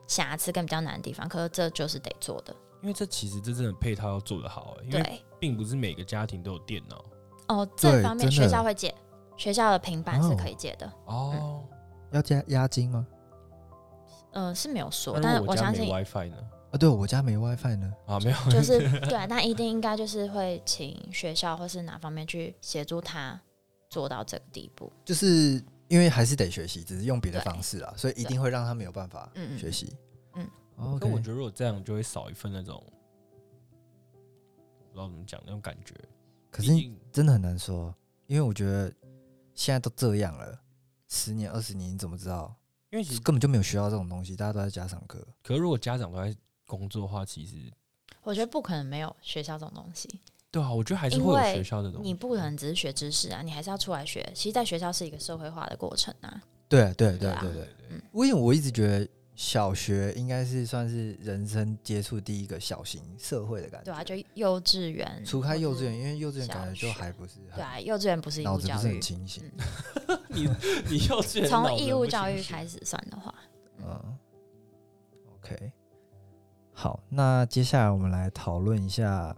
A: 瑕疵跟比较难的地方，可是这就是得做的。
D: 因为这其实这真的配套要做得好、欸，因为
A: 对，
D: 并不是每个家庭都有电脑
A: 哦，
C: 对
A: 这方面
C: 真的
A: 学校会借，学校的平板是可以借的，
D: 哦。
C: 要加押金吗？
A: 嗯、是没有说，
D: 那
A: 但
D: 如
A: 是
D: 果
A: 我
D: 我家
A: 相
D: 没
A: 信
D: WiFi 呢？
C: 啊，对我家没 WiFi 呢。
D: 啊，没有，
A: 就是对，啊但一定应该就是会请学校或是哪方面去协助他做到这个地步。
C: 就是因为还是得学习，只是用别的
A: 对
C: 方式啦，所以一定会让他没有办法
A: 嗯嗯
C: 学习。
A: 嗯
C: 哦，
D: 可我觉得如果这样，就会少一份那种，不知道怎么讲那种感觉。
C: 可
D: 毕
C: 是
D: 竟
C: 真的很难说，因为我觉得现在都这样了，十年二十年，你怎么知道？
D: 因为其实，
C: 根本就没有学到这种东西，大家都在家上课。
D: 可是如果家长都在工作的话，其实
A: 我觉得不可能没有学校这种东西，
D: 对啊，我觉得还是
A: 因
D: 会有
A: 为
D: 学校这种。
A: 你不可能只是学知识啊，你还是要出来学。其实，在学校是一个社会化的过程啊。
C: 对对
A: 对
C: 对
A: 啊
C: 对
D: 对
C: 对，
D: 对
A: 嗯
C: 因为我一直觉得小学应该是算是人生接触第一个小型社会的感觉。
A: 对啊，就幼稚园，
C: 除开幼
A: 或
C: 稚
A: 是
C: 园，因为幼稚园
A: 小
C: 感觉就
A: 学
C: 还不是
A: 对
C: 很
A: 啊，幼稚园不是义
C: 脑
A: 务
C: 子不
A: 教
C: 是
A: 育嗯
C: 很，清醒，
D: 你你幼稚园脑
A: 从
D: 子
A: 义
D: 不
A: 务
D: 清
A: 教育
D: 醒
A: 开始算的话，
C: 嗯，OK，好，那接下来我们来讨论一下，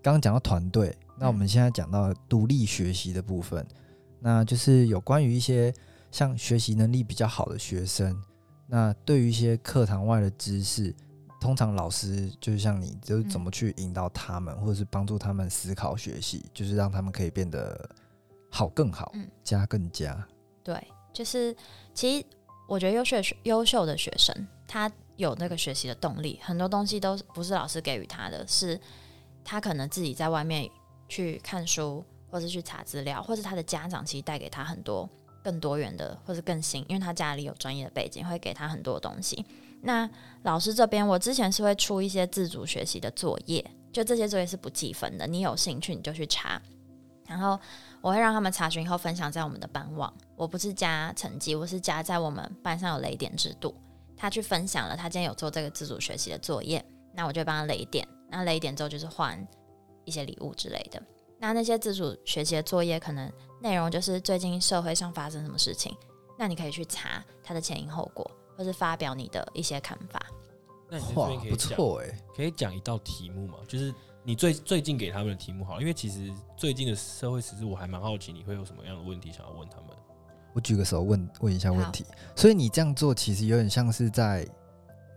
C: 刚刚讲到团队，那我们现在讲到独立学习的部分，那就是有关于一些像学习能力比较好的学生，那对于一些课堂外的知识，通常老师就是像你，就是怎么去引导他们，或者是帮助他们思考学习，就是让他们可以变得好更好，
A: 嗯
C: 加更加，
A: 对，就是其实我觉得优秀的学优秀的学生，他有那个学习的动力，很多东西都不是老师给予他的，是他可能自己在外面去看书，或是去查资料，或是他的家长其实带给他很多更多元的，或是更新，因为他家里有专业的背景，会给他很多东西。那老师这边，我之前是会出一些自主学习的作业，就这些作业是不计分的，你有兴趣你就去查，然后我会让他们查询后分享在我们的班网。我不是加成绩，我是加在我们班上有雷点制度。他去分享了，他今天有做这个自主学习的作业，那我就帮他雷点。那雷点之后就是换一些礼物之类的。那那些自主学习的作业，可能内容就是最近社会上发生什么事情，那你可以去查它的前因后果，或是发表你的一些看法。
D: 那你在这
C: 哇
D: 边可，以
C: 不
D: 讲
C: 错哎、
D: 可以讲一道题目嘛？就是你最最近给他们的题目好了，因为其实最近的社会时事，我还蛮好奇你会有什么样的问题想要问他们。
C: 我举个手问问一下问
A: 好
C: 题，所以你这样做其实有点像是在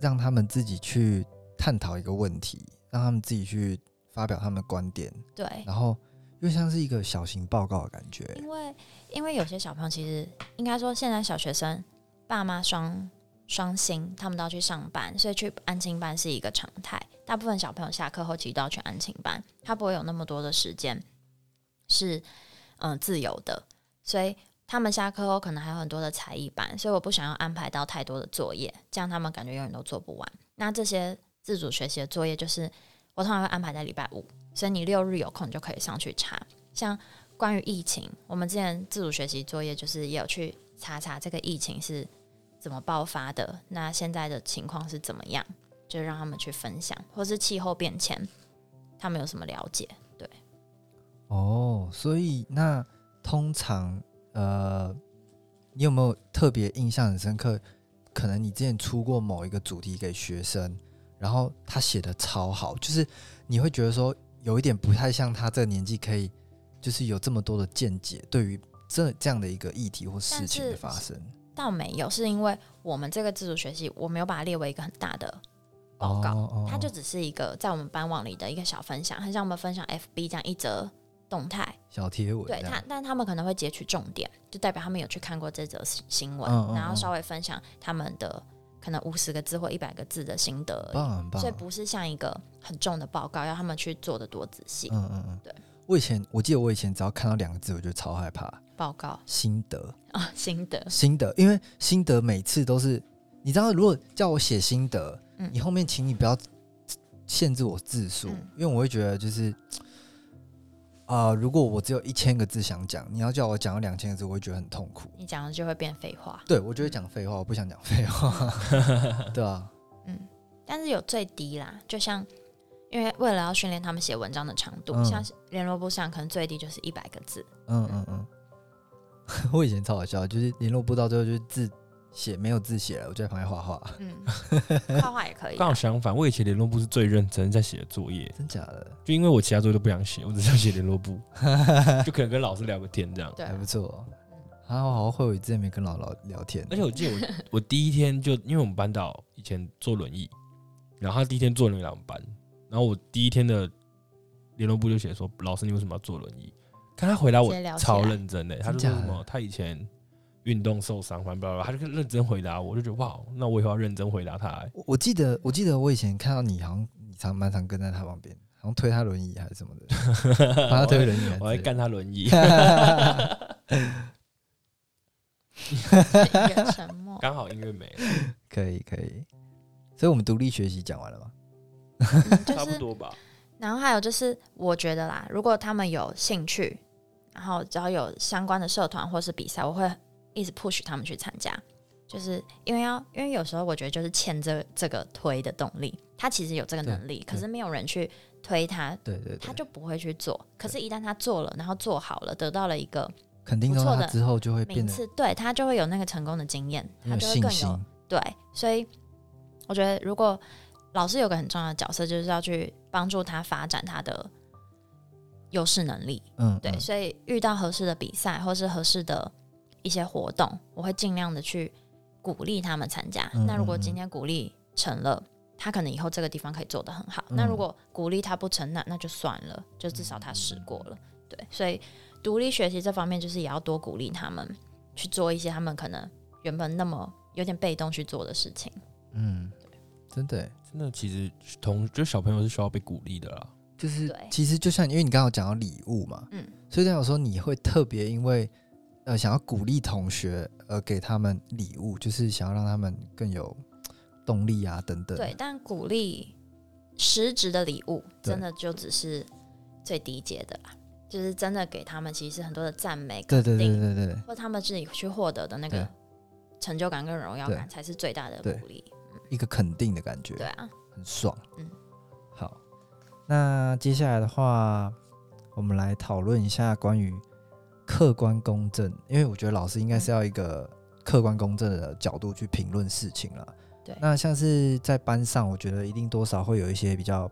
C: 让他们自己去探讨一个问题，让他们自己去发表他们的观点，
A: 对，
C: 然后又像是一个小型报告的感觉。
A: 因为因为有些小朋友其实应该说，现在小学生爸妈双双薪，他们都要去上班，所以去安亲班是一个常态。大部分小朋友下课后其实都要去安亲班，他不会有那么多的时间是嗯、呃自由的，所以他们下课后可能还有很多的才艺班，所以我不想要安排到太多的作业，这样他们感觉永远都做不完。那这些自主学习的作业，就是我通常会安排在礼拜五，所以你六日有空就可以上去查，像。关于疫情，我们之前自主学习作业就是也有去查查这个疫情是怎么爆发的，那现在的情况是怎么样，就让他们去分享，或是气候变迁，他们有什么了解？
C: 哦，所以那通常呃，你有没有特别印象很深刻？可能你之前出过某一个主题给学生，然后他写的超好，就是你会觉得说有一点不太像他这个年纪可以，就是有这么多的见解对于这这样的一个议题或事
A: 但
C: 情的
A: 是
C: 发生。
A: 倒没有，是因为我们这个自主学习，我没有把它列为一个很大的报告，
C: 哦
A: 它就
C: 哦
A: 只是一个在我们班网里的一个小分享，很像我们分享 FB 这样一则动态，
C: 小贴文
A: 对
C: 这样
A: 他，但他们可能会截取重点，就代表他们有去看过这则新新闻，
C: 嗯嗯
A: 然后
C: 嗯
A: 稍微分享他们的可能五十个字或一百个字的心得而已，
C: 棒很棒
A: 所以。不是像一个很重的报告，要他们去做的多仔细。
C: 嗯嗯嗯，
A: 对。
C: 我以前我记得我以前只要看到两个字我就超害怕，
A: 报告
C: 心得。
A: 啊，心得
C: 心得，因为心得每次都是，你知道，如果叫我写心得，
A: 嗯
C: 你后面请你不要限制我字数，
A: 嗯
C: 因为我会觉得就是，啊、如果我只有一千个字想讲，你要叫我讲到两千个字，我会觉得很痛苦。
A: 你讲的就会变废话，
C: 对，我就会讲废话，我不想讲废话，对啊，
A: 嗯，但是有最低啦，就像因为为了要训练他们写文章的长度，
C: 嗯
A: 像是联络簿上可能最低就是一百个 字，
C: 嗯嗯嗯。我以前超好笑，就是联络簿到最后就是字写没有字写了，我就在旁边画画，
A: 嗯，画画也可 以
D: 刚
A: 啊，
D: 好相反，我以前联络部是最认真在写的作业，
C: 真假的，
D: 就因为我其他作业都不想写，我只想写联络部，就可能跟老师聊个天这样。
A: 对啊
C: 还，不错。 啊，我好后悔我之前没跟姥姥聊天，
D: 而且我记得我我第一天就因为我们班导以前坐轮椅，然后他第一天坐轮椅来我们班，然后我第一天的联络部就写说老师你为什么要坐轮椅？看他回答我
A: 直接聊起来
D: 超认真的、他就说
C: 真假
D: 什
C: 的
D: 么他以前运动受伤，反正巴拉巴拉他就认真回答我，我就觉得哇，那我以后要认真回答他、欸
C: 我我记得，我记得我以前看到你，好像你常蛮常跟在他旁边，好像推他轮椅还是什么的，帮他推轮椅还
D: 我还
C: 是之类的。
D: 干他轮椅。
A: 一个沉默，
D: 刚好音乐没了，
C: 可以可以，所以我们独立学习讲完了吗？
A: 嗯就
D: 差
A: 是
D: 不多吧。
A: 然后还有就是，我觉得啦，如果他们有兴趣，然后只要有相关的社团或是比赛，我会一直 push 他们去参加。就是因为要，因为有时候我觉得就是欠这这个推的动力，他其实有这个能力，可是没有人去推他，
C: 对对
A: 他
C: 对，
A: 就不会去做。可是，一旦他做了，然后做好了，得到了一个
C: 肯定
A: 不
C: 到
A: 错
C: 他
A: 的
C: 之后就会变
A: 名
C: 得
A: 次，对他就会有那个成功的经验，
C: 很
A: 他
C: 有
A: 就会
C: 信
A: 更
C: 心
A: 有。对，所以我觉得如果老师有个很重要的角色，就是要去帮助他发展他的优势能力。
C: 嗯，
A: 对，
C: 嗯
A: 所以遇到合适的比赛或是合适的一些活动，我会尽量的去鼓励他们参加。
C: 嗯
A: 那如果
C: 嗯嗯
A: 今天鼓励成了，他可能以后这个地方可以做得很好。那
C: 嗯
A: 如果鼓励他不成，那那就算了，就至少他试过了。对，所以独立学习这方面，就是也要多鼓励他们去做一些他们可能原本那么有点被动去做的事情。
C: 嗯，真的欸，
D: 真的，其实同就小朋友是需要被鼓励的啦。
C: 就是
A: 对
C: 其实就像因为你刚刚有讲到礼物嘛，
A: 嗯，
C: 所以代表说你会特别因为呃想要鼓励同学而给他们礼物，就是想要让他们更有动力啊等等。
A: 对，，但鼓励实质的礼物，
C: 对
A: 真的就只是最低阶的啦，就是真的给他们其实很多的赞美，
C: 对对对对对对
A: 或他们自己去获得的那
C: 对
A: 个成就感跟荣耀感，
C: 对
A: 才是最大的
C: 对
A: 鼓励。
C: 一个肯定的感觉，
A: 对啊，
C: 很爽。
A: 嗯，
C: 好，那接下来的话，我们来讨论一下关于客观公正，因为我觉得老师应该
A: 嗯
C: 是要一个客观公正的角度去评论事情啦。
A: 对
C: 那像是在班上，我觉得一定多少会有一些比较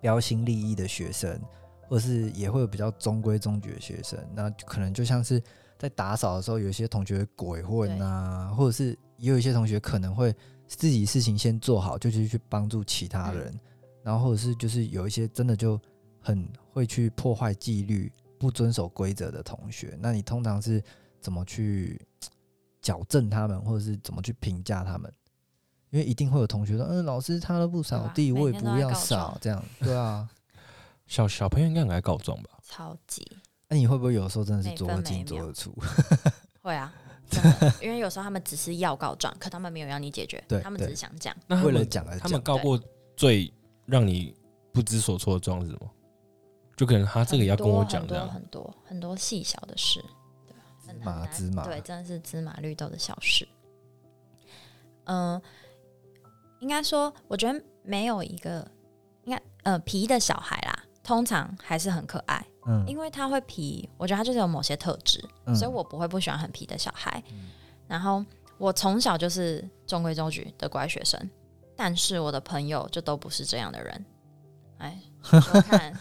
C: 标新立异的学生，或者是也会有比较中规中矩的学生。那可能就像是在打扫的时候，有一些同学会鬼混啊，或者是也有一些同学可能会自己事情先做好，就去去帮助其他
A: 嗯
C: 人，然后或者是就是有一些真的就很会去破坏纪律、不遵守规则的同学。那你通常是怎么去嘖矫正他们，或者是怎么去评价他们？因为一定会有同学说：“嗯，老师他都不
A: 对
C: 扫
A: 啊
C: 地，
A: 每
C: 我也
A: 天
C: 不
A: 都在
C: 要
A: 告
C: 扫
A: 状，
C: 这样对啊。
D: 小小朋友应该很爱告状吧？
A: 超级
C: 那你会不会有时候真的是
A: 每
C: 左
A: 分
C: 耳
A: 每
C: 进左
A: 秒
C: 耳出？
A: 会 啊，真的因为有时候他们只是要告状，可他们没有要你解决
C: 对，
A: 他们只是想讲。
D: 那他
C: 为
D: 们
C: 了讲而
D: 他
C: 讲，
D: 们告过最让你不知所措的状是什么？就可能他啊这个也要跟我讲啊
A: 很
D: 这
A: 多
D: 样，
A: 很多很多细小的事，对啊很
C: 芝
A: 很
C: 麻
A: 难
C: 芝麻
A: 对，真的是芝麻绿豆的小事。嗯、应该说，我觉得没有一个应该呃皮的小孩啦，通常还是很可爱，
C: 嗯，
A: 因为他会皮，我觉得他就是有某些特质，
C: 嗯
A: 所以我不会不喜欢很皮的小孩。
C: 嗯
A: 然后我从小就是中规中矩的乖学生，但是我的朋友就都不是这样的人。 哎，我看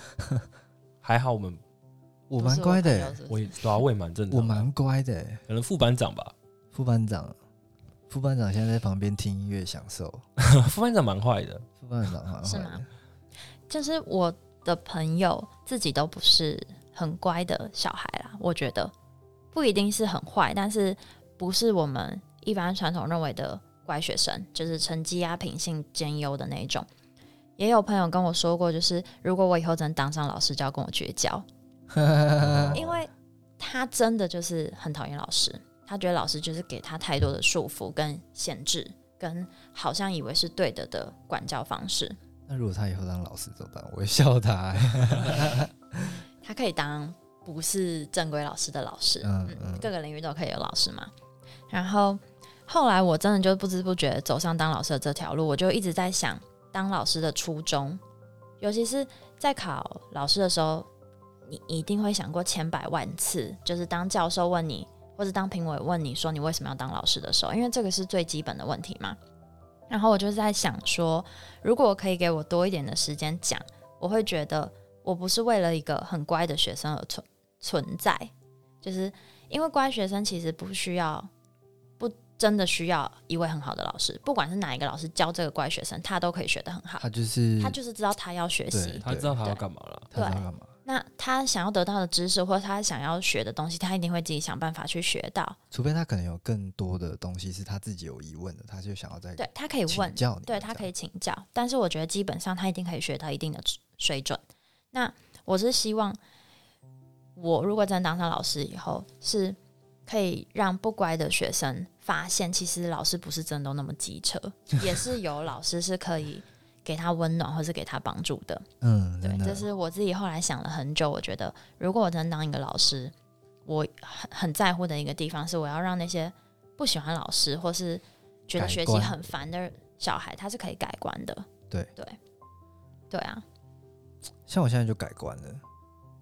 D: 还好我们
C: 我
A: 不
C: 蛮
A: 是
C: 乖的
A: 朋友
C: 欸，
A: 是不
D: 我
A: 是
D: 也对啊，我也蛮正
C: 我
D: 常的啊，
C: 蛮乖的欸。
D: 可能副班长吧，
C: 副班长，副班长现在在旁边听音乐享受。
D: 副班长蛮坏的，
C: 副班长好像
A: 是
C: 会
A: 吗就是我的朋友自己都不是很乖的小孩啦，我觉得不一定是很坏，但是不是我们一般传统认为的乖学生，就是成绩啊、品性兼优的那一种。也有朋友跟我说过，就是如果我以后真当上老师，就要跟我绝交，因为他真的就是很讨厌老师，他觉得老师就是给他太多的束缚跟限制，跟好像以为是对的的管教方式。
C: 那如果他以后当老师怎么办？我会笑他 欸、
A: 他可以当不是正规老师的老师，
C: 嗯
A: 嗯
C: 嗯
A: 各个领域都可以有老师嘛。然后后来我真的就不知不觉走上当老师的这条路，我就一直在想当老师的初衷，尤其是在考老师的时候，你你一定会想过千百万次，就是当教授问你或者当评委问你说你为什么要当老师的时候，因为这个是最基本的问题嘛。然后我就在想说，如果我可以给我多一点的时间讲，我会觉得我不是为了一个很乖的学生而存存在，就是因为乖学生其实不需要，不真的需要一位很好的老师，不管是哪一个老师教这个乖学生，他都可以学得很好
C: 他。就是
A: 他就是知道他要学习
C: 对，
D: 他知道他要干嘛了。
C: 他知道
A: 对
C: 干嘛？
A: 那他想要得到的知识或者他想要学的东西，他一定会自己想办法去学到。
C: 除非他可能有更多的东西是他自己有疑问的，他就想要再
A: 对他可以问
C: 请，教你。
A: 对他可以请教，但是我觉得基本上他一定可以学到一定的水水准。那我是希望，我如果真的当上老师以后，是可以让不乖的学生发现，其实老师不是真的都那么机车，也是有老师是可以给他温暖或是给他帮助的。
C: 这样，嗯，
A: 对
C: 真，的
A: 这是我自己后来想了很久。我觉得，如果我真的当一个老师，我很很在乎的一个地方是，我要让那些不喜欢老师或是觉得
C: 改
A: 学习
C: 观
A: 很烦的小孩，他是可以改观的。
C: 对
A: 对对啊，
C: 像我现在就改观了，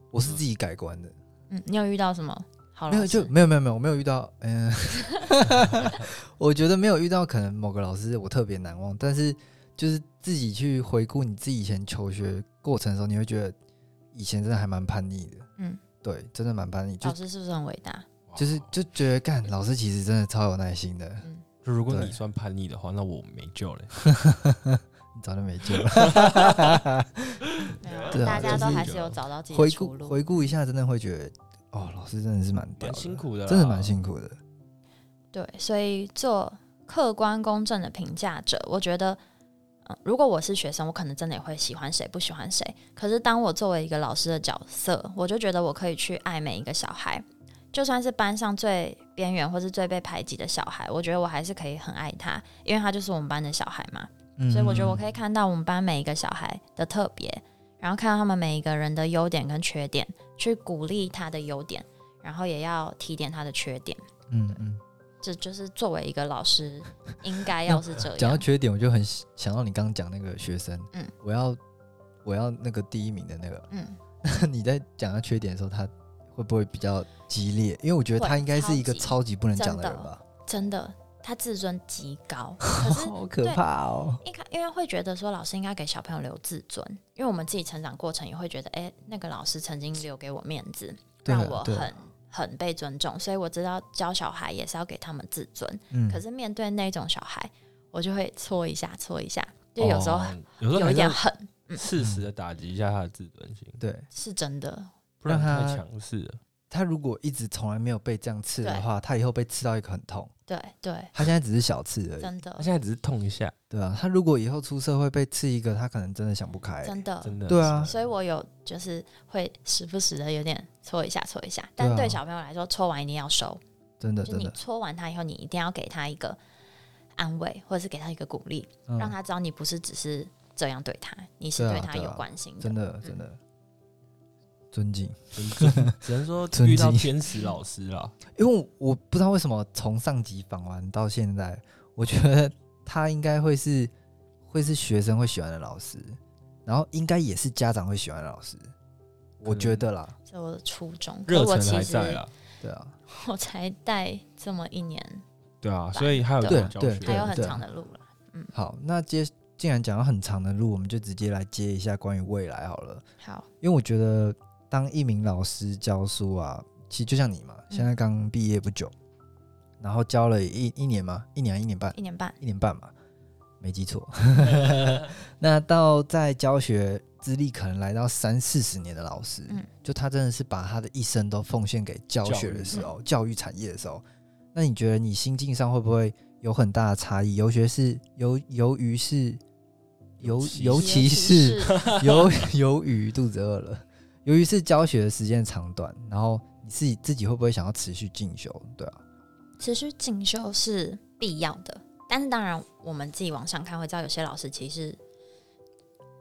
C: 我是自己改观的，
A: 嗯，你有遇到什么好
C: 没
A: 老
C: 有就
A: 师？
C: 没有没有没有，我没有遇到，嗯、 我觉得没有遇到可能某个老师我特别难忘，但是就是自己去回顾你自己以前求学过程的时候，你会觉得以前真的还蛮叛逆的，
A: 嗯，
C: 对，真的蛮叛逆，就
A: 老师是不是很伟大？
C: 就是就觉得干老师其实真的超有耐心的，
A: 嗯，
D: 就如果
C: 对
D: 你算叛逆的话，那我没救 了。
C: 你早就没救了。
A: 没有啊
C: 对啊
A: 大家
C: 就
A: 都
C: 是
A: 还是有找到自己的
C: 回
A: 出
C: 顾
A: 路。
C: 回顾一下，真的会觉得哦，老师真的是蛮屌
D: 蛮
C: 的，
D: 辛苦的啦，啊
C: 真的蛮辛苦的。
A: 对，所以做客观公正的评价者，我觉得，嗯，如果我是学生，我可能真的也会喜欢谁不喜欢谁。可是当我作为一个老师的角色，我就觉得我可以去爱每一个小孩，就算是班上最边缘或是最被排挤的小孩，我觉得我还是可以很爱他，因为他就是我们班的小孩嘛。
C: 嗯
A: 所以我觉得我可
C: 以，
A: 以看到我们班每一个小孩的特别，然后看到他们每一个人的优点跟缺点，去鼓励他的优点，然后也要提点他的缺点。
C: 嗯嗯。
A: 这就是作为一个老师应该要是这
C: 讲到
A: 样。
C: 缺点，我就很喜想到你刚刚讲那个学生，
A: 嗯
C: 我要我要那个第一名的那个。
A: 嗯，
C: 你在讲到缺点的时候，他会不会比较激烈？因为我觉得
A: 会
C: 他应该是一个
A: 超
C: 超级不能讲
A: 真
C: 人
A: 的
C: 吧，
A: 真的，他自尊极高， 可是
C: 好可怕哦。
A: 一开因为会觉得说老师应该给小朋友留自尊，因为我们自己成长过程也会觉得，哎、那个老师曾经留给我面子，
C: 对
A: 让我
C: 对
A: 很很被尊重，所以我知道教小孩也是要给他们自尊。
C: 嗯
A: 可是面对那种小孩，我就会搓一下搓一下，就有时候
D: 哦有时候
A: 有
D: 还
A: 一
D: 是要
A: 点狠，
D: 适时的打击一下他的自尊心，
C: 对
A: 是真的。
D: 不然
C: 让他
D: 太强势
A: 嗯
D: 了。
C: 他如果一直从来没有被这样刺的话，他以后被刺到一个很痛。
A: 对对，
C: 他现在只是小刺而已，
A: 真的
D: 他现在只是痛一下，
C: 对啊。他如果以后出社会被刺一个，他可能真的想不开、
A: 真的
D: 真的。
C: 对啊
A: 所以我有就是会时不时的有点搓一下搓一下，但
C: 对啊
A: 对小朋友来说，搓完一定要收，
C: 真的
A: 就
C: 真
A: 你
C: 的，
A: 搓完他以后，你一定要给他一个安慰，或者是给他一个鼓励，
C: 嗯
A: 让他知道你不是只是这样对他，你是
C: 对
A: 对
C: 啊
A: 他
C: 对啊
A: 有关心嗯
C: 真的真的尊敬。
D: 只能只能说
C: 尊敬
D: 遇到天使老师 啦，
C: 因为我不知道为什么从上集访完到现在，我觉得他应该会是会是学生会喜欢的老师，然后应该也是家长会喜欢的老师，我觉得啦，
A: 这我的初衷。可
D: 热
A: 我
D: 忱
A: 其
D: 还
A: 实
D: 在啦。
C: 对啊，
A: 我才带这么一年，
D: 对啊，
A: 吧
D: 所以还有
A: 对
D: 这种教学，
C: 对
A: 还有很
C: 对啊
A: 长的路了。
C: 好，那接既然讲到很长的路，我们就直接来接一下关于未来好了，
A: 好，
C: 因为我觉得当一名老师教书啊，其实就像你嘛，
A: 嗯
C: 现在刚毕业不久，然后教了一一年嘛，一年还一年半，
A: 一年半，
C: 一年半嘛，没记错。 那到在教学资历可能来到三四十年的老师，
A: 嗯
C: 就他真的是把他的一生都奉献给教学的时候，
A: 嗯
C: 教育产业的时候，那你觉得你心境上会不会有很大的差异？尤其是由由于是由尤
D: 尤
C: 其是由 由于肚子饿了，由于是教学的时间长短，然后你自己自己会不会想要持续进修？对啊，
A: 持续进修是必要的，但是当然我们自己往上看会知道，有些老师其实是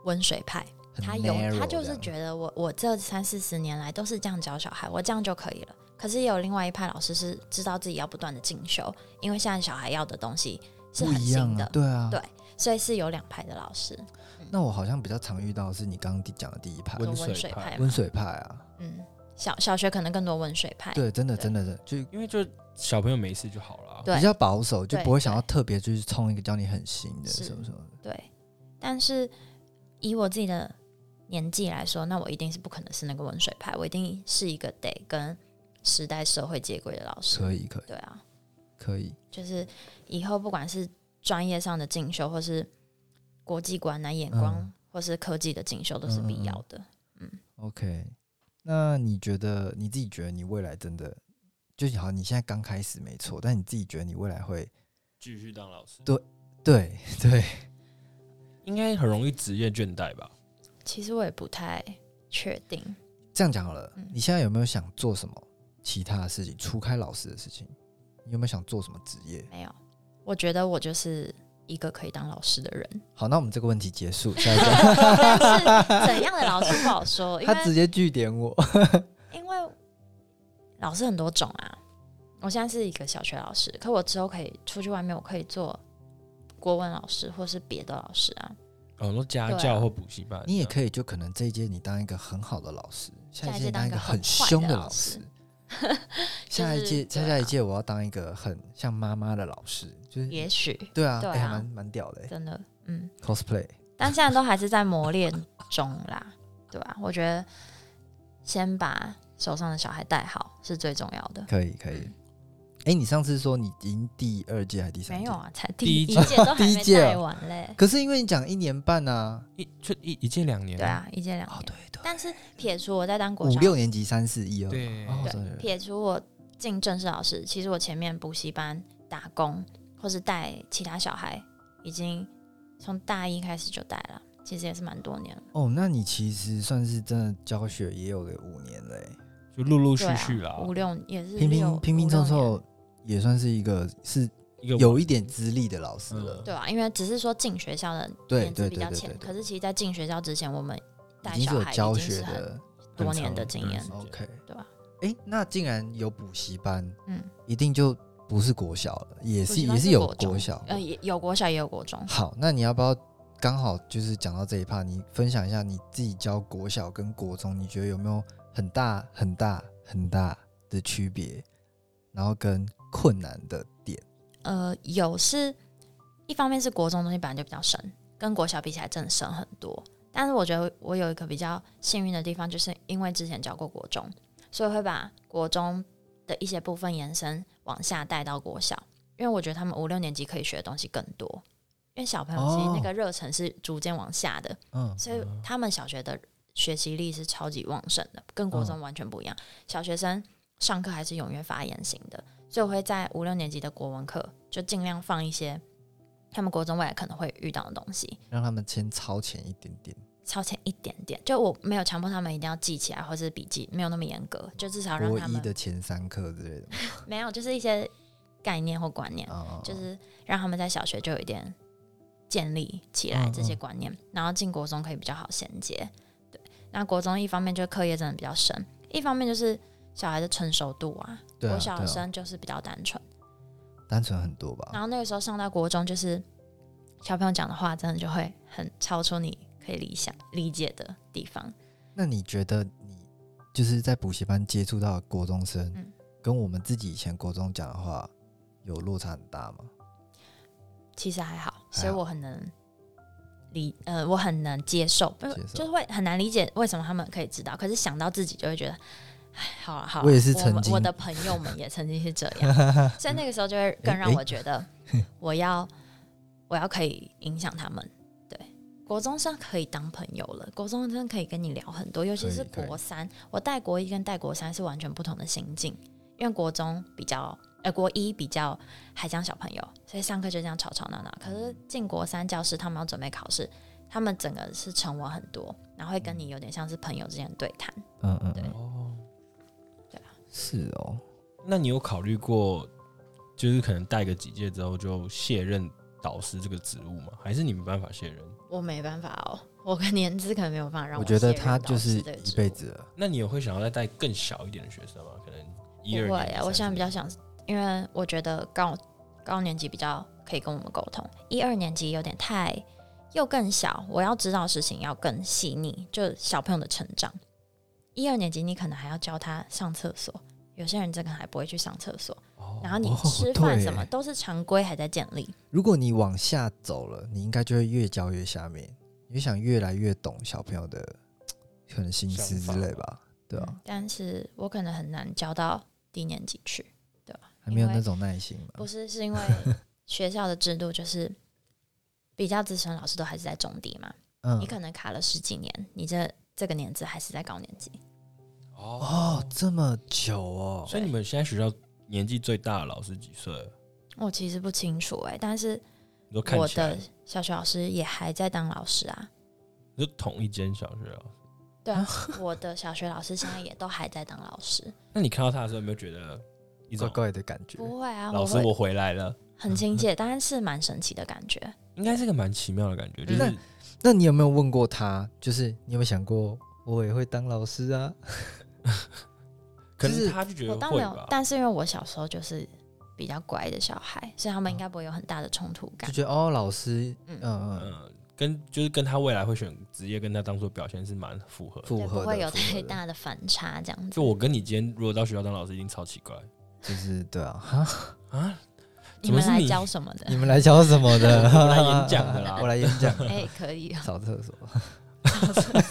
A: 温水派，
C: 很
A: 他有
C: narrow
A: 他就
C: 这
A: 是
C: 样
A: 觉得我我这三四十年来都是这样教小孩，我这样就可以了。可是也有另外一派老师是知道自己要不断的进修，因为现在小孩要的东西是
C: 不
A: 很
C: 一样
A: 新的，
C: 啊，对啊，
A: 对所以是有两派的老师，
C: 那我好像比较常遇到的是你刚刚讲的第一派
D: 温
A: 有
D: 水
A: 温水
D: 派
A: 派嘛
C: 温，水派啊，
A: 嗯，小小学可能更多温水派，
C: 对，真的
A: 对
C: 真的是就
D: 因为就小朋友没事就好了。
A: 对
C: 比较保守，就
A: 对
C: 不会想要特别就是冲一个教你很新的
A: 是
C: 什么什么的，
A: 对，但是以我自己的年纪来说，那我一定是不可能是那个温水派，我一定是一个得跟时代社会接轨的老师。
C: 可以可以
A: 对啊，
C: 可以，
A: 就是以后不管是专业上的进修，或是国际观啊、眼光，
C: 嗯
A: 或是科技的进修，都是必要的。
C: OK，那你觉得你自己觉得你未来真的就好？你现在刚开始没错，但你自己觉得你未来会
D: 继续当老师，
C: 对 对，
D: 应该很容易职业倦怠吧？
A: 其实我也不太确定，
C: 这样讲好了
A: 嗯，
C: 你现在有没有想做什么其他的事情，除开老师的事情？你有没有想做什么职业？
A: 没有，我觉得我就是一个可以当老师的人，
C: 好，那我们这个问题结束，下一个
A: 但是怎样的老师不好 说，因为
C: 他直接据点我，
A: 因为老师很多种啊，我现在是一个小学老师，可我之后可以出去外面，我可以做国文老师或是别的老师啊。
D: 哦，说家
A: 对啊
D: 教或补习班，
C: 你也可以就可能这一届你当一个很好的老师，下
A: 下一
C: 一
A: 届
C: 届
A: 当
C: 当
A: 一
C: 一
A: 个
C: 个
A: 很坏
C: 很
A: 的
C: 凶的
A: 老
C: 老师
A: 师，
C: 下一届
A: 就是
C: 下下一
A: 对啊
C: 届我要当一个很像妈妈的老师，就是
A: 也许
C: 对啊，
A: 对
C: 哎还
A: 啊
C: 蛮蛮屌的欸
A: 真的，嗯，
C: cosplay。
A: 但现在都还是在磨练中啦，对吧、我觉得先把手上的小孩带好是最重要的。
C: 可以可以。哎、你上次说你已经第二届还是第三
A: 没
C: 届？
A: 有。啊，才
D: 第
A: 第
D: 一
A: 一
D: 届
A: 届都还
C: 第一
A: 没
C: 届
A: 带
C: 哦
A: 完嘞。
C: 可是因为你讲一年半啊，
D: 一就一一届两年，
A: 对，啊，一届两
C: 哦
A: 年。
C: 对对，
A: 但是撇除我在当国
C: 五
A: 小
C: 六年级三四一二，
A: 啊
D: 对
C: 哦
D: 对
C: 对对对
A: 撇除我进正式老师，其实我前面补习班打工或是带其他小孩，已经从大一开始就带了，其实也是蛮多年了。
C: 哦，那你其实算是真的教学也有个五年嘞、
D: 就陆陆续
A: 对
D: 续
A: 啊
D: 啦，，
A: 五六也是
C: 拼
A: 六
C: 拼拼拼
A: 五六
C: 凑
A: 年
C: 凑也算是一个是
D: 一个
C: 有一点资历的老师了
D: 嗯，
A: 对啊，因为只是说进学校的
C: 对
A: 年资
C: 对
A: 比
C: 对
A: 较
C: 对
A: 浅
C: 对，对
A: 可是其实，在进学校之前，我们带
C: 已经
A: 小
C: 是有
A: 孩
C: 教
A: 已经
C: 学
A: 是很
C: 的。
A: 多
D: 很
A: 年
D: 长
A: 的
D: 一
A: 经
D: 段
A: 验
D: 时间
C: OK，
A: 对吧？
C: 哎、那竟然有补习班，
A: 嗯，
C: 一定就不是国小了，也
A: 补
C: 是
A: 习班
C: 也
A: 是
C: 是有
A: 国中
C: 国小，
A: 呃，也有国小也有国中，
C: 好，那你要不要刚好就是讲到这一趴，你分享一下你自己教国小跟国中，你觉得有没有很大很大很大的区别？然后跟困难的点，
A: 呃，有是一方面是国中的东西本来就比较深，跟国小比起来真的深很多。但是我觉得我有一个比较幸运的地方，就是因为之前教过国中，所以会把国中的一些部分延伸往下带到国小，因为我觉得他们五六年级可以学的东西更多。因为小朋友其实那个热忱是逐渐往下的，
C: 嗯，
A: 所以他们小学的学习力是超级旺盛的，跟国
C: 嗯
A: 中完全不一样。小学生上课还是踊跃发言型的，所以我会在五六年级的国文课就尽量放一些他们国中未来可能会遇到的东西，
C: 让他们先超前一点点。
A: 超前一点点。就我没有强迫他们一定要记起来或是笔记，没有那么严格，就至少让
C: 国
A: 他
C: 一
A: 们
C: 的前三课之 类的嘛，
A: 没有就是一些概念或观念。
C: 啊、
A: 就是让他们在小学就有一点建立起来
C: 嗯
A: 这些
C: 嗯
A: 观念，然后进国中可以比较好衔接。对，那国中一方面就课业真的比较深，一方面就是小孩的成熟度啊，
C: 对啊
A: 国小
C: 对啊哦
A: 生就是比较单纯。
C: 单纯很多
A: 然
C: 吧。
A: 后那个时候上到国中，就是小朋友讲的话真的就会很超出你可以理想理解的地方。
C: 那你觉得你就是在补习班接触到的国中生，
A: 嗯
C: 跟我们自己以前国中讲的话有落差很大吗？
A: 其实还好，
C: 还
A: 所以
C: 好
A: 我很能理，呃，我很能接受，不是
C: 接受
A: 就是会很难理解为什么他们可以知道，可是想到自己就会觉得，哎，好了好了，
C: 我也是
A: 我
C: 曾
A: 们
C: 经
A: 我的朋友们也曾经是这 样，所以那个时候就会更让我觉得，我要我要可以影响他们。对，国中生可以当朋友了，国中生可以跟你聊很多，尤其
C: 可以
A: 是
C: 可以
A: 国三，我带国一跟带国三是完全不同的心境，因为国中比较。呃，国一比较还像小朋友，所以上课就这样吵吵闹闹。可是进国三教室，他们要准备考试，他们整个是沉稳很多，然后会跟你有点像是朋友之间的对谈。
C: 嗯嗯，
A: 对
C: 嗯
D: 哦，
C: 是哦，
D: 那你有考虑过，就是可能带个几届之后就卸任导师这个职务吗？还是你没办法卸任？
A: 我没办法哦，我跟年资可能没有办法让
C: 我觉得
A: 卸任
C: 他
A: 导
C: 就
A: 师这
C: 是
A: 个
C: 一
A: 职
C: 辈
A: 务。
C: 子了。
D: 那你有会想要再带更小一点的学生吗？可能一二
A: 不会
D: 年级
A: 啊，我现在比较
D: 三四
A: 想，因为我觉得高高年级比较可以跟我们沟通，一二年级有点太又更小，我要知道的事情要更细腻，就小朋友的成长。一二年级你可能还要教他上厕所，有些人这个还不会去上厕所，
D: 哦
A: 然后你
C: 哦
A: 吃饭
C: 对
A: 什么都是常规还在建立。
C: 如果你往下走了，你应该就会越教越下面，你就想越来越懂小朋友的可能心思之类吧，对吧、
D: 啊
A: 嗯但是我可能很难教到低年级
D: 嗯
A: 去，对吧？
C: 还没有
A: 因为
C: 那种耐心嘛
A: 不。是，是因 为学校的制度就是比较资深老师都还是在中低嘛，
C: 嗯
A: 你，可能卡了十几年，你这这个年资还是在高年级。
C: 哦，这么久哦，
D: 所以你们现在学校年纪最大的老师几岁？
A: 我其实不清楚哎、但是
D: 你都看
A: 我
D: 起来
A: 的，小学老师也还在当老师啊。
D: 你就同一间小学啊。
A: 对啊，我的小学老师现在也都还在当老 师。
D: 那你看到他的时候有没有觉得一
C: 怪
D: 种
C: 怪的感觉。
A: 不会啊，
D: 老
A: 我
D: 师
A: 会
D: 我回来了？
A: 很亲切，当然是蛮神奇的感觉。
D: 应该是个蛮奇妙的感
A: 嗯
D: 觉，就
C: 那
D: 是
C: 那你有没有问过他？就是你有没有想过，我也会当老师啊？
D: 可
C: 就是是
D: 他就觉
A: 我
D: 得
A: 倒
D: 会
A: 没有
D: 吧，。
A: 但是因为我小时候就是比较乖的小孩，所以他们应该不会有很大的冲突感
C: 就。觉得哦，老师，
A: 嗯
C: 嗯嗯，
D: 嗯，跟就是跟他未来会选职业，跟他当初的表现是蛮符合的。
C: 符
A: 对，不
C: 合
A: 会有
C: 的，符
A: 太
C: 合的，
A: 大的反差这样子。
D: 就我跟你今天如果到学校当老师，一定超奇怪
C: 就是对啊， 哈，
D: 啊！
A: 你
D: 怎么
A: 们
D: 是
A: 来
D: 你
A: 教什么的
C: 你？们来教什么的？
D: 我来演讲的啦
C: 我来演讲，
A: 哎、可以啊，
C: 扫厕 所。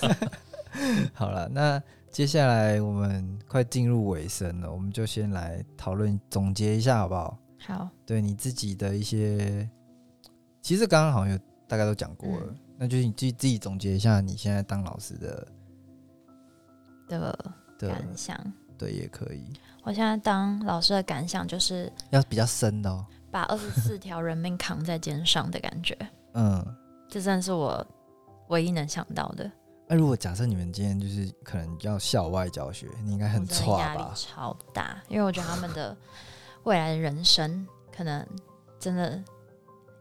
C: 好了，那接下来我们快进入尾声了，我们就先来讨论总结一下，好不好？
A: 好，
C: 对你自己的一些，其实刚刚好像有大概都讲过了，
A: 嗯
C: 那就是你自己自己总结一下你现在当老师的
A: 的
C: 的
A: 感想。
C: 对也可以，
A: 我现在当老师的感想就是
C: 要比较深的哦。
A: 把二十 四条人命扛在肩上的感觉，
C: 嗯，
A: 这真的是我唯一能想到的。
C: 那、如果假设你们今天就是可能要校外教学，你应该很
A: 我真的
C: 差
A: 压力
C: 吧？
A: 超大，因为我觉得他们的未来的人生可能真的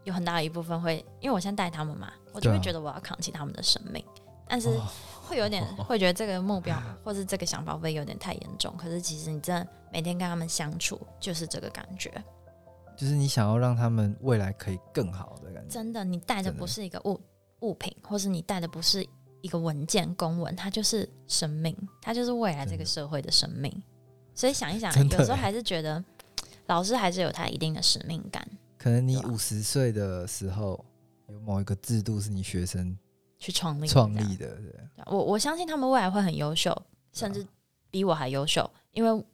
A: 有很大一部分会，因为我现在带他们嘛，我就
C: 对啊
A: 会觉得我要扛起他们的生命，但是
C: 哦
A: 会有 点会觉得这个目标或是这个想法会有点太严重。可是其实你真的每天跟他们相处，就是这个感觉，
C: 就是你想要让他们未来可以更好的感觉。
A: 真的，你带的
C: 真的
A: 不是一个物物品，或是你带的不是一个文件公文，它就是生命，它就是未来这
C: 真
A: 个
C: 的
A: 社会的生命。所以想一想，
C: 真的
A: 有时候
C: 欸
A: 还是觉得老师还是有他一定的使命感
C: 可能你
A: 对啊
C: 五十岁的时候，有某一个制度是你学生
A: 去创立
C: 创
A: 这样
C: 立的，对
A: 对啊我我相信他们未来会很优秀，甚至比我还优秀，因为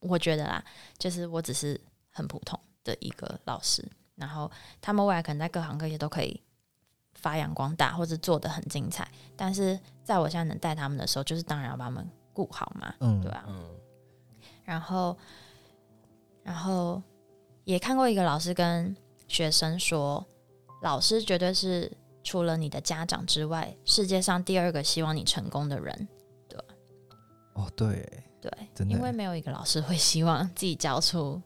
A: 我觉得啦，就是我只是很普通的一个老师，然后他们未来可能在各行各业都可以发扬光大，或者做的很精彩。但是在我现在能带他们的时候，就是当然要把他们顾好嘛，
C: 嗯，
A: 对啊。
D: 嗯，
A: 然后，然后也看过一个老师跟学生说，老师绝对是除了你的家长之外，世界上第二个希望你成功的人。
C: 哦，对，
A: 对，
C: 真的
A: 因为没有一个老师会希望自己教出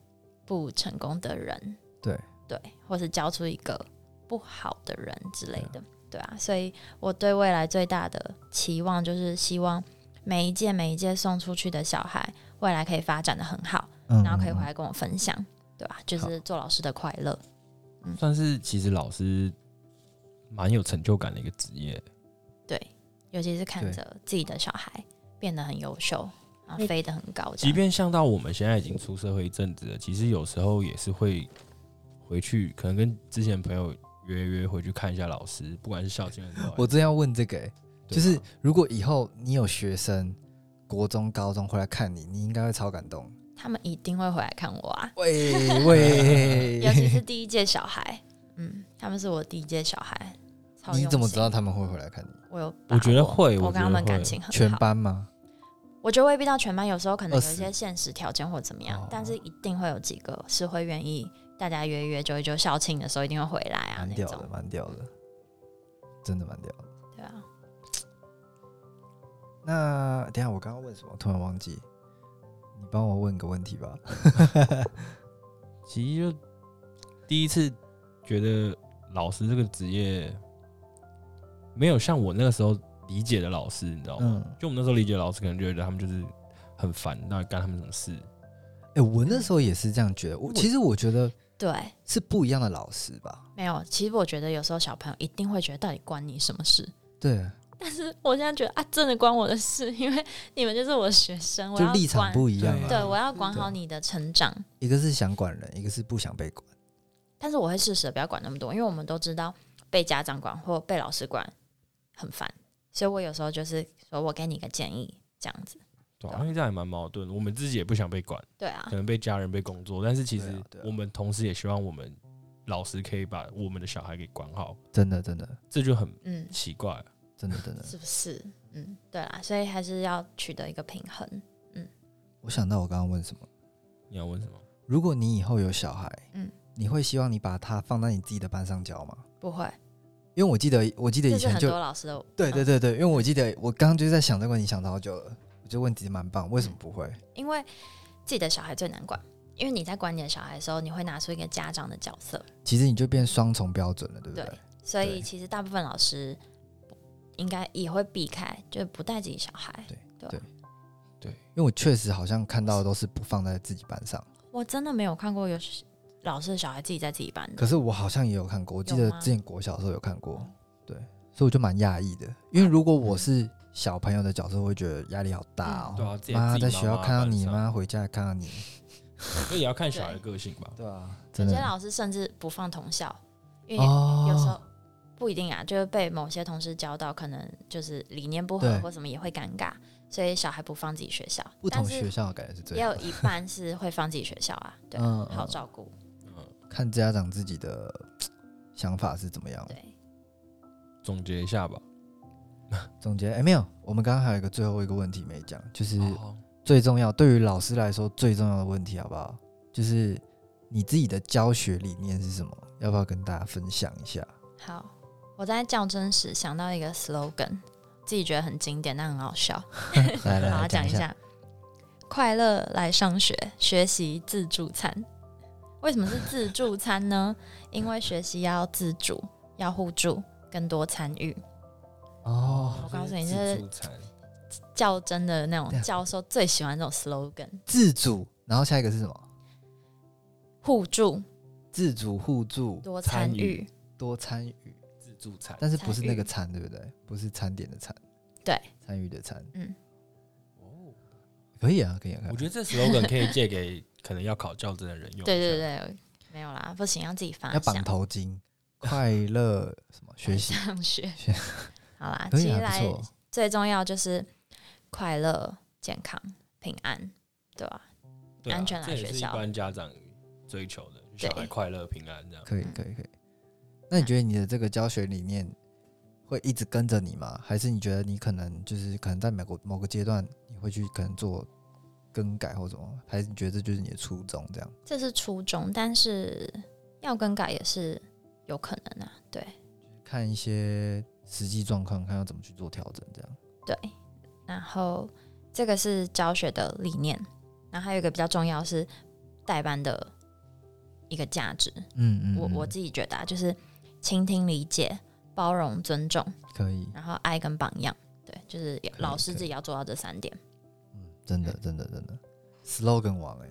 A: 不成功的人，
C: 对
A: 对，或是教出一个不好的人之类的，对啊。所以我对未来最大的期望就是希望每一届每一届送出去的小孩，未来可以发展的很好。
C: 嗯，
A: 然后可以回来跟我分享，对吧、就是
C: 好
A: 做老师的快乐，
D: 算是其实老师蛮有成就感的一个职业。
A: 对，尤其是看
C: 对
A: 着自己的小孩变得很优秀，然后飞得很高这
D: 即
A: 样，
D: 便像到我们现在已经出社会一阵子了，其实有时候也是会回去，可能跟之前朋友约约回去看一下老师，不管是校庆还是
C: 我正要问这个、欸，
D: 对
C: 就
D: 吧
C: 是如果以后你有学生，国中、高中回来看你，你应该会超 感动。
A: 他们一定会回来看我 啊，
C: 喂 喂，
A: 尤 其是第一届小孩，嗯，他们是我第一届小孩，超
C: 你
A: 用
C: 怎么
A: 心
C: 知道？他们会回 来看你？
A: 我有把握，
D: 我觉得会
A: 我
D: 我
A: 跟
D: 觉
A: 他
D: 得
A: 们感
D: 会
A: 情很好，
C: 全班吗？
A: 我觉得未必到全班，有时候可能有一些
C: 20
A: 现实条件或怎么样
C: 哦，
A: 但是一定会有几个是会愿意大家约约就一就校庆的时候一定会回来啊
C: 蛮
A: 那
C: 屌
A: 种
C: 的，，蛮屌的，真的蛮屌的。
A: 对啊，
C: 那等一下我刚刚问什么，突然忘记，你帮我问个问题吧。
D: 其实就第一次觉得老师这个职业没有像我那个时候理解的老师，你知道吗？
C: 嗯，
D: 就我们那时候理解的老师，可能觉得他们就是很烦，那干他们什么事？
C: 哎、我那时候也是这样觉得。我其实我觉得
A: 对。
C: 是不一样的老师吧。
A: 没有，其实我觉得有时候小朋友一定会觉得到底关你什么事？
C: 对，
A: 但是我现在觉得啊，真的关我的事，因为你们就是我的学生，我
C: 就
A: 要
C: 立场
A: 管，
C: 不一样
D: 对
C: 啊。
A: 对我要管
C: 对
A: 好你的成长。
C: 一个是想管人，一个是不想被管。
A: 但是我会适时的不要管那么多，因为我们都知道被家长管或被老师管很烦，所以我有时候就是说我给你一个建议这样子。
D: 对、
A: 对
D: 啊，
A: 啊
D: 因为这样也蛮矛盾的。我们自己也不想被管，
A: 对啊
D: 可，能被家人、被工作，但是其
C: 对
D: 实
C: 啊对啊
D: 我们同时也希望我们老师可以把我们的小孩给管好，
C: 真的，真的，
D: 这就很
A: 嗯，
D: 奇怪。
C: 真的，真的。
A: 是不是？嗯，对啦，所以还是要取得一个平衡。
C: 我想到我刚刚问什么，
D: 你要问什么？
C: 如果你以后有小孩，
A: 嗯
C: 你会希望你把他放在你自己的班上教吗？
A: 不会，
C: 因为我记得，我记得以
A: 这是
C: 前
A: 很
C: 就
A: 多老师的
C: 对
A: 嗯
C: 对对对，因为我记得我刚刚就在想这个问题，想了好久了。我觉得问题蛮棒，为什么不会？
A: 因为自己的小孩最难管，因为你在管你的小孩的时候，你会拿出一个家长的角色，
C: 其实你就变双重标准了，对不对？
A: 对所以
C: 对
A: 其实大部分老师应该也会避开，就是不带自己小孩。
C: 对
A: 对吧
C: 对
D: 对，
C: 因为我确实好像看到的都是不放在自己班上，
A: 我真的没有看过有老师的小孩自己在自己班的
C: 可。是我好像也有看过，我记
A: 有
C: 得
A: 吗
C: 之前国小的时候有看过，对，所以我就蛮讶异的，因为如果我是小朋友的角色，我会觉得压力好大
A: 嗯
D: 对
C: 哦，
D: 啊，自己
C: 妈
D: 自己
C: 在
D: 妈
C: 学校
D: 妈
C: 看到
D: 班
C: 你，
D: 上，
C: 妈回家也看到你，
D: 所以也要看小孩的个性吧。
C: 对啊，
A: 有
C: 真
A: 些
C: 的
A: 老师甚至不放同校，因为
C: 哦
A: 有时候不一定啊，就是被某些同事教到，可能就是理念不合
C: 对
A: 或什么也会尴尬，所以小孩不放自己学校。
C: 不
A: 但
C: 同
A: 是
C: 学校的感觉是最
A: 也
C: 好
A: 有
C: 的，
A: 一半是会放自己学校啊，对，
C: 嗯嗯
A: 好照顾，
D: 嗯，
C: 看家长自己的嘖想法是怎么样。
A: 对，
D: 总结一下吧。
C: 总结，哎、没有，我们刚刚还有一个最后一个问题没讲，就是
A: 嗯
D: 哦
C: 最重要，对于老师来说最重要的问题，好不好？就是你自己的教学理念是什么？要不要跟大家分享 一下？
A: 好。我在较真时想到一个 slogan，自己觉得很经典，但很好笑，
C: 来来
A: 好
C: 来，
A: 讲
C: 一
A: 一。下。快乐来上学，学习自助餐。为什么是自助餐 呢？因为学习要自主，要互助，更多参与。
C: 哦，
A: 我告诉你
D: 这
A: 这
D: 是
A: 是
D: 自助餐
A: 较真的那
C: 对
A: 种
C: 啊
A: 教授最喜欢这种 slogan，
C: 自主，然后下一个是什么？
A: 互助
C: 自主互助，
A: 多参
D: 参与
A: 与，
C: 多参与，
D: 自助餐，
C: 但是不是
A: 参与
C: 那个餐，对不对？不是餐点的餐，
A: 对，
C: 参与的参，
D: 哦，
C: 可以啊，可以啊，可以啊
D: 我觉得这 slogan 可以借给可能要考教证的人用。
A: 对对，对，没有啦，不行，要自己发
C: 要
A: 想
C: 绑头巾，快乐什么学习，
A: 上学
C: 学。
A: 好啦，
C: 可
A: 其
C: 以
A: 实
C: 啊，不
A: 来
C: 错。
A: 最重要就是快乐、健康、平安，对吧、
D: 对啊
A: 安全来
D: 这也
A: 学
D: 是一
A: 校
D: 般家长追求的，小孩
A: 对
D: 快乐平安这样。
C: 可以
A: 嗯
C: 可以可以。那你觉得你的这个教学理念会一直跟着你吗？还是你觉得你可能就是可能在美国某个阶段你会去可能做更改或什么？还是你觉得这就是你的初衷这样？
A: 这是初衷，但是要更改也是有可能啊。对
C: 看一些实际状况，看要怎么去做调整这样。
A: 对，然后这个是教学的理念，然后还有一个比较重要是代班的一个价值。
C: 嗯嗯，
A: 我我
C: 嗯
A: 自己觉得、啊、就是倾听、理解、包容、尊重，
C: 可以，
A: 然后爱跟榜样。对，就是
C: 以
A: 老师
C: 可以
A: 自己要做到这三点。
C: 嗯，真的真的真的，slogan 王哎、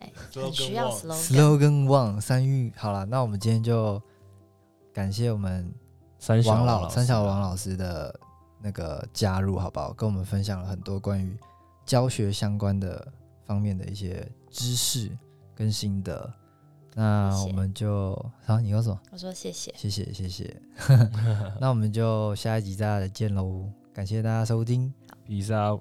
A: 哎，
D: slogan
A: 很需要
D: 王
A: slogan。
C: slogan 王三玉好了，那我们今天就感谢我们
D: 三
C: 王
D: 老
C: 老三小王
D: 老，
C: 老师的那个加入，好不好？跟我们分享了很多关于教学相关的方面的一些知识跟心得。那
A: 谢谢
C: 我们就好、你告诉我，
A: 我说谢谢，
C: 谢谢谢谢。 那我们就下一集再来见喽，感谢大家收听，
D: 比萨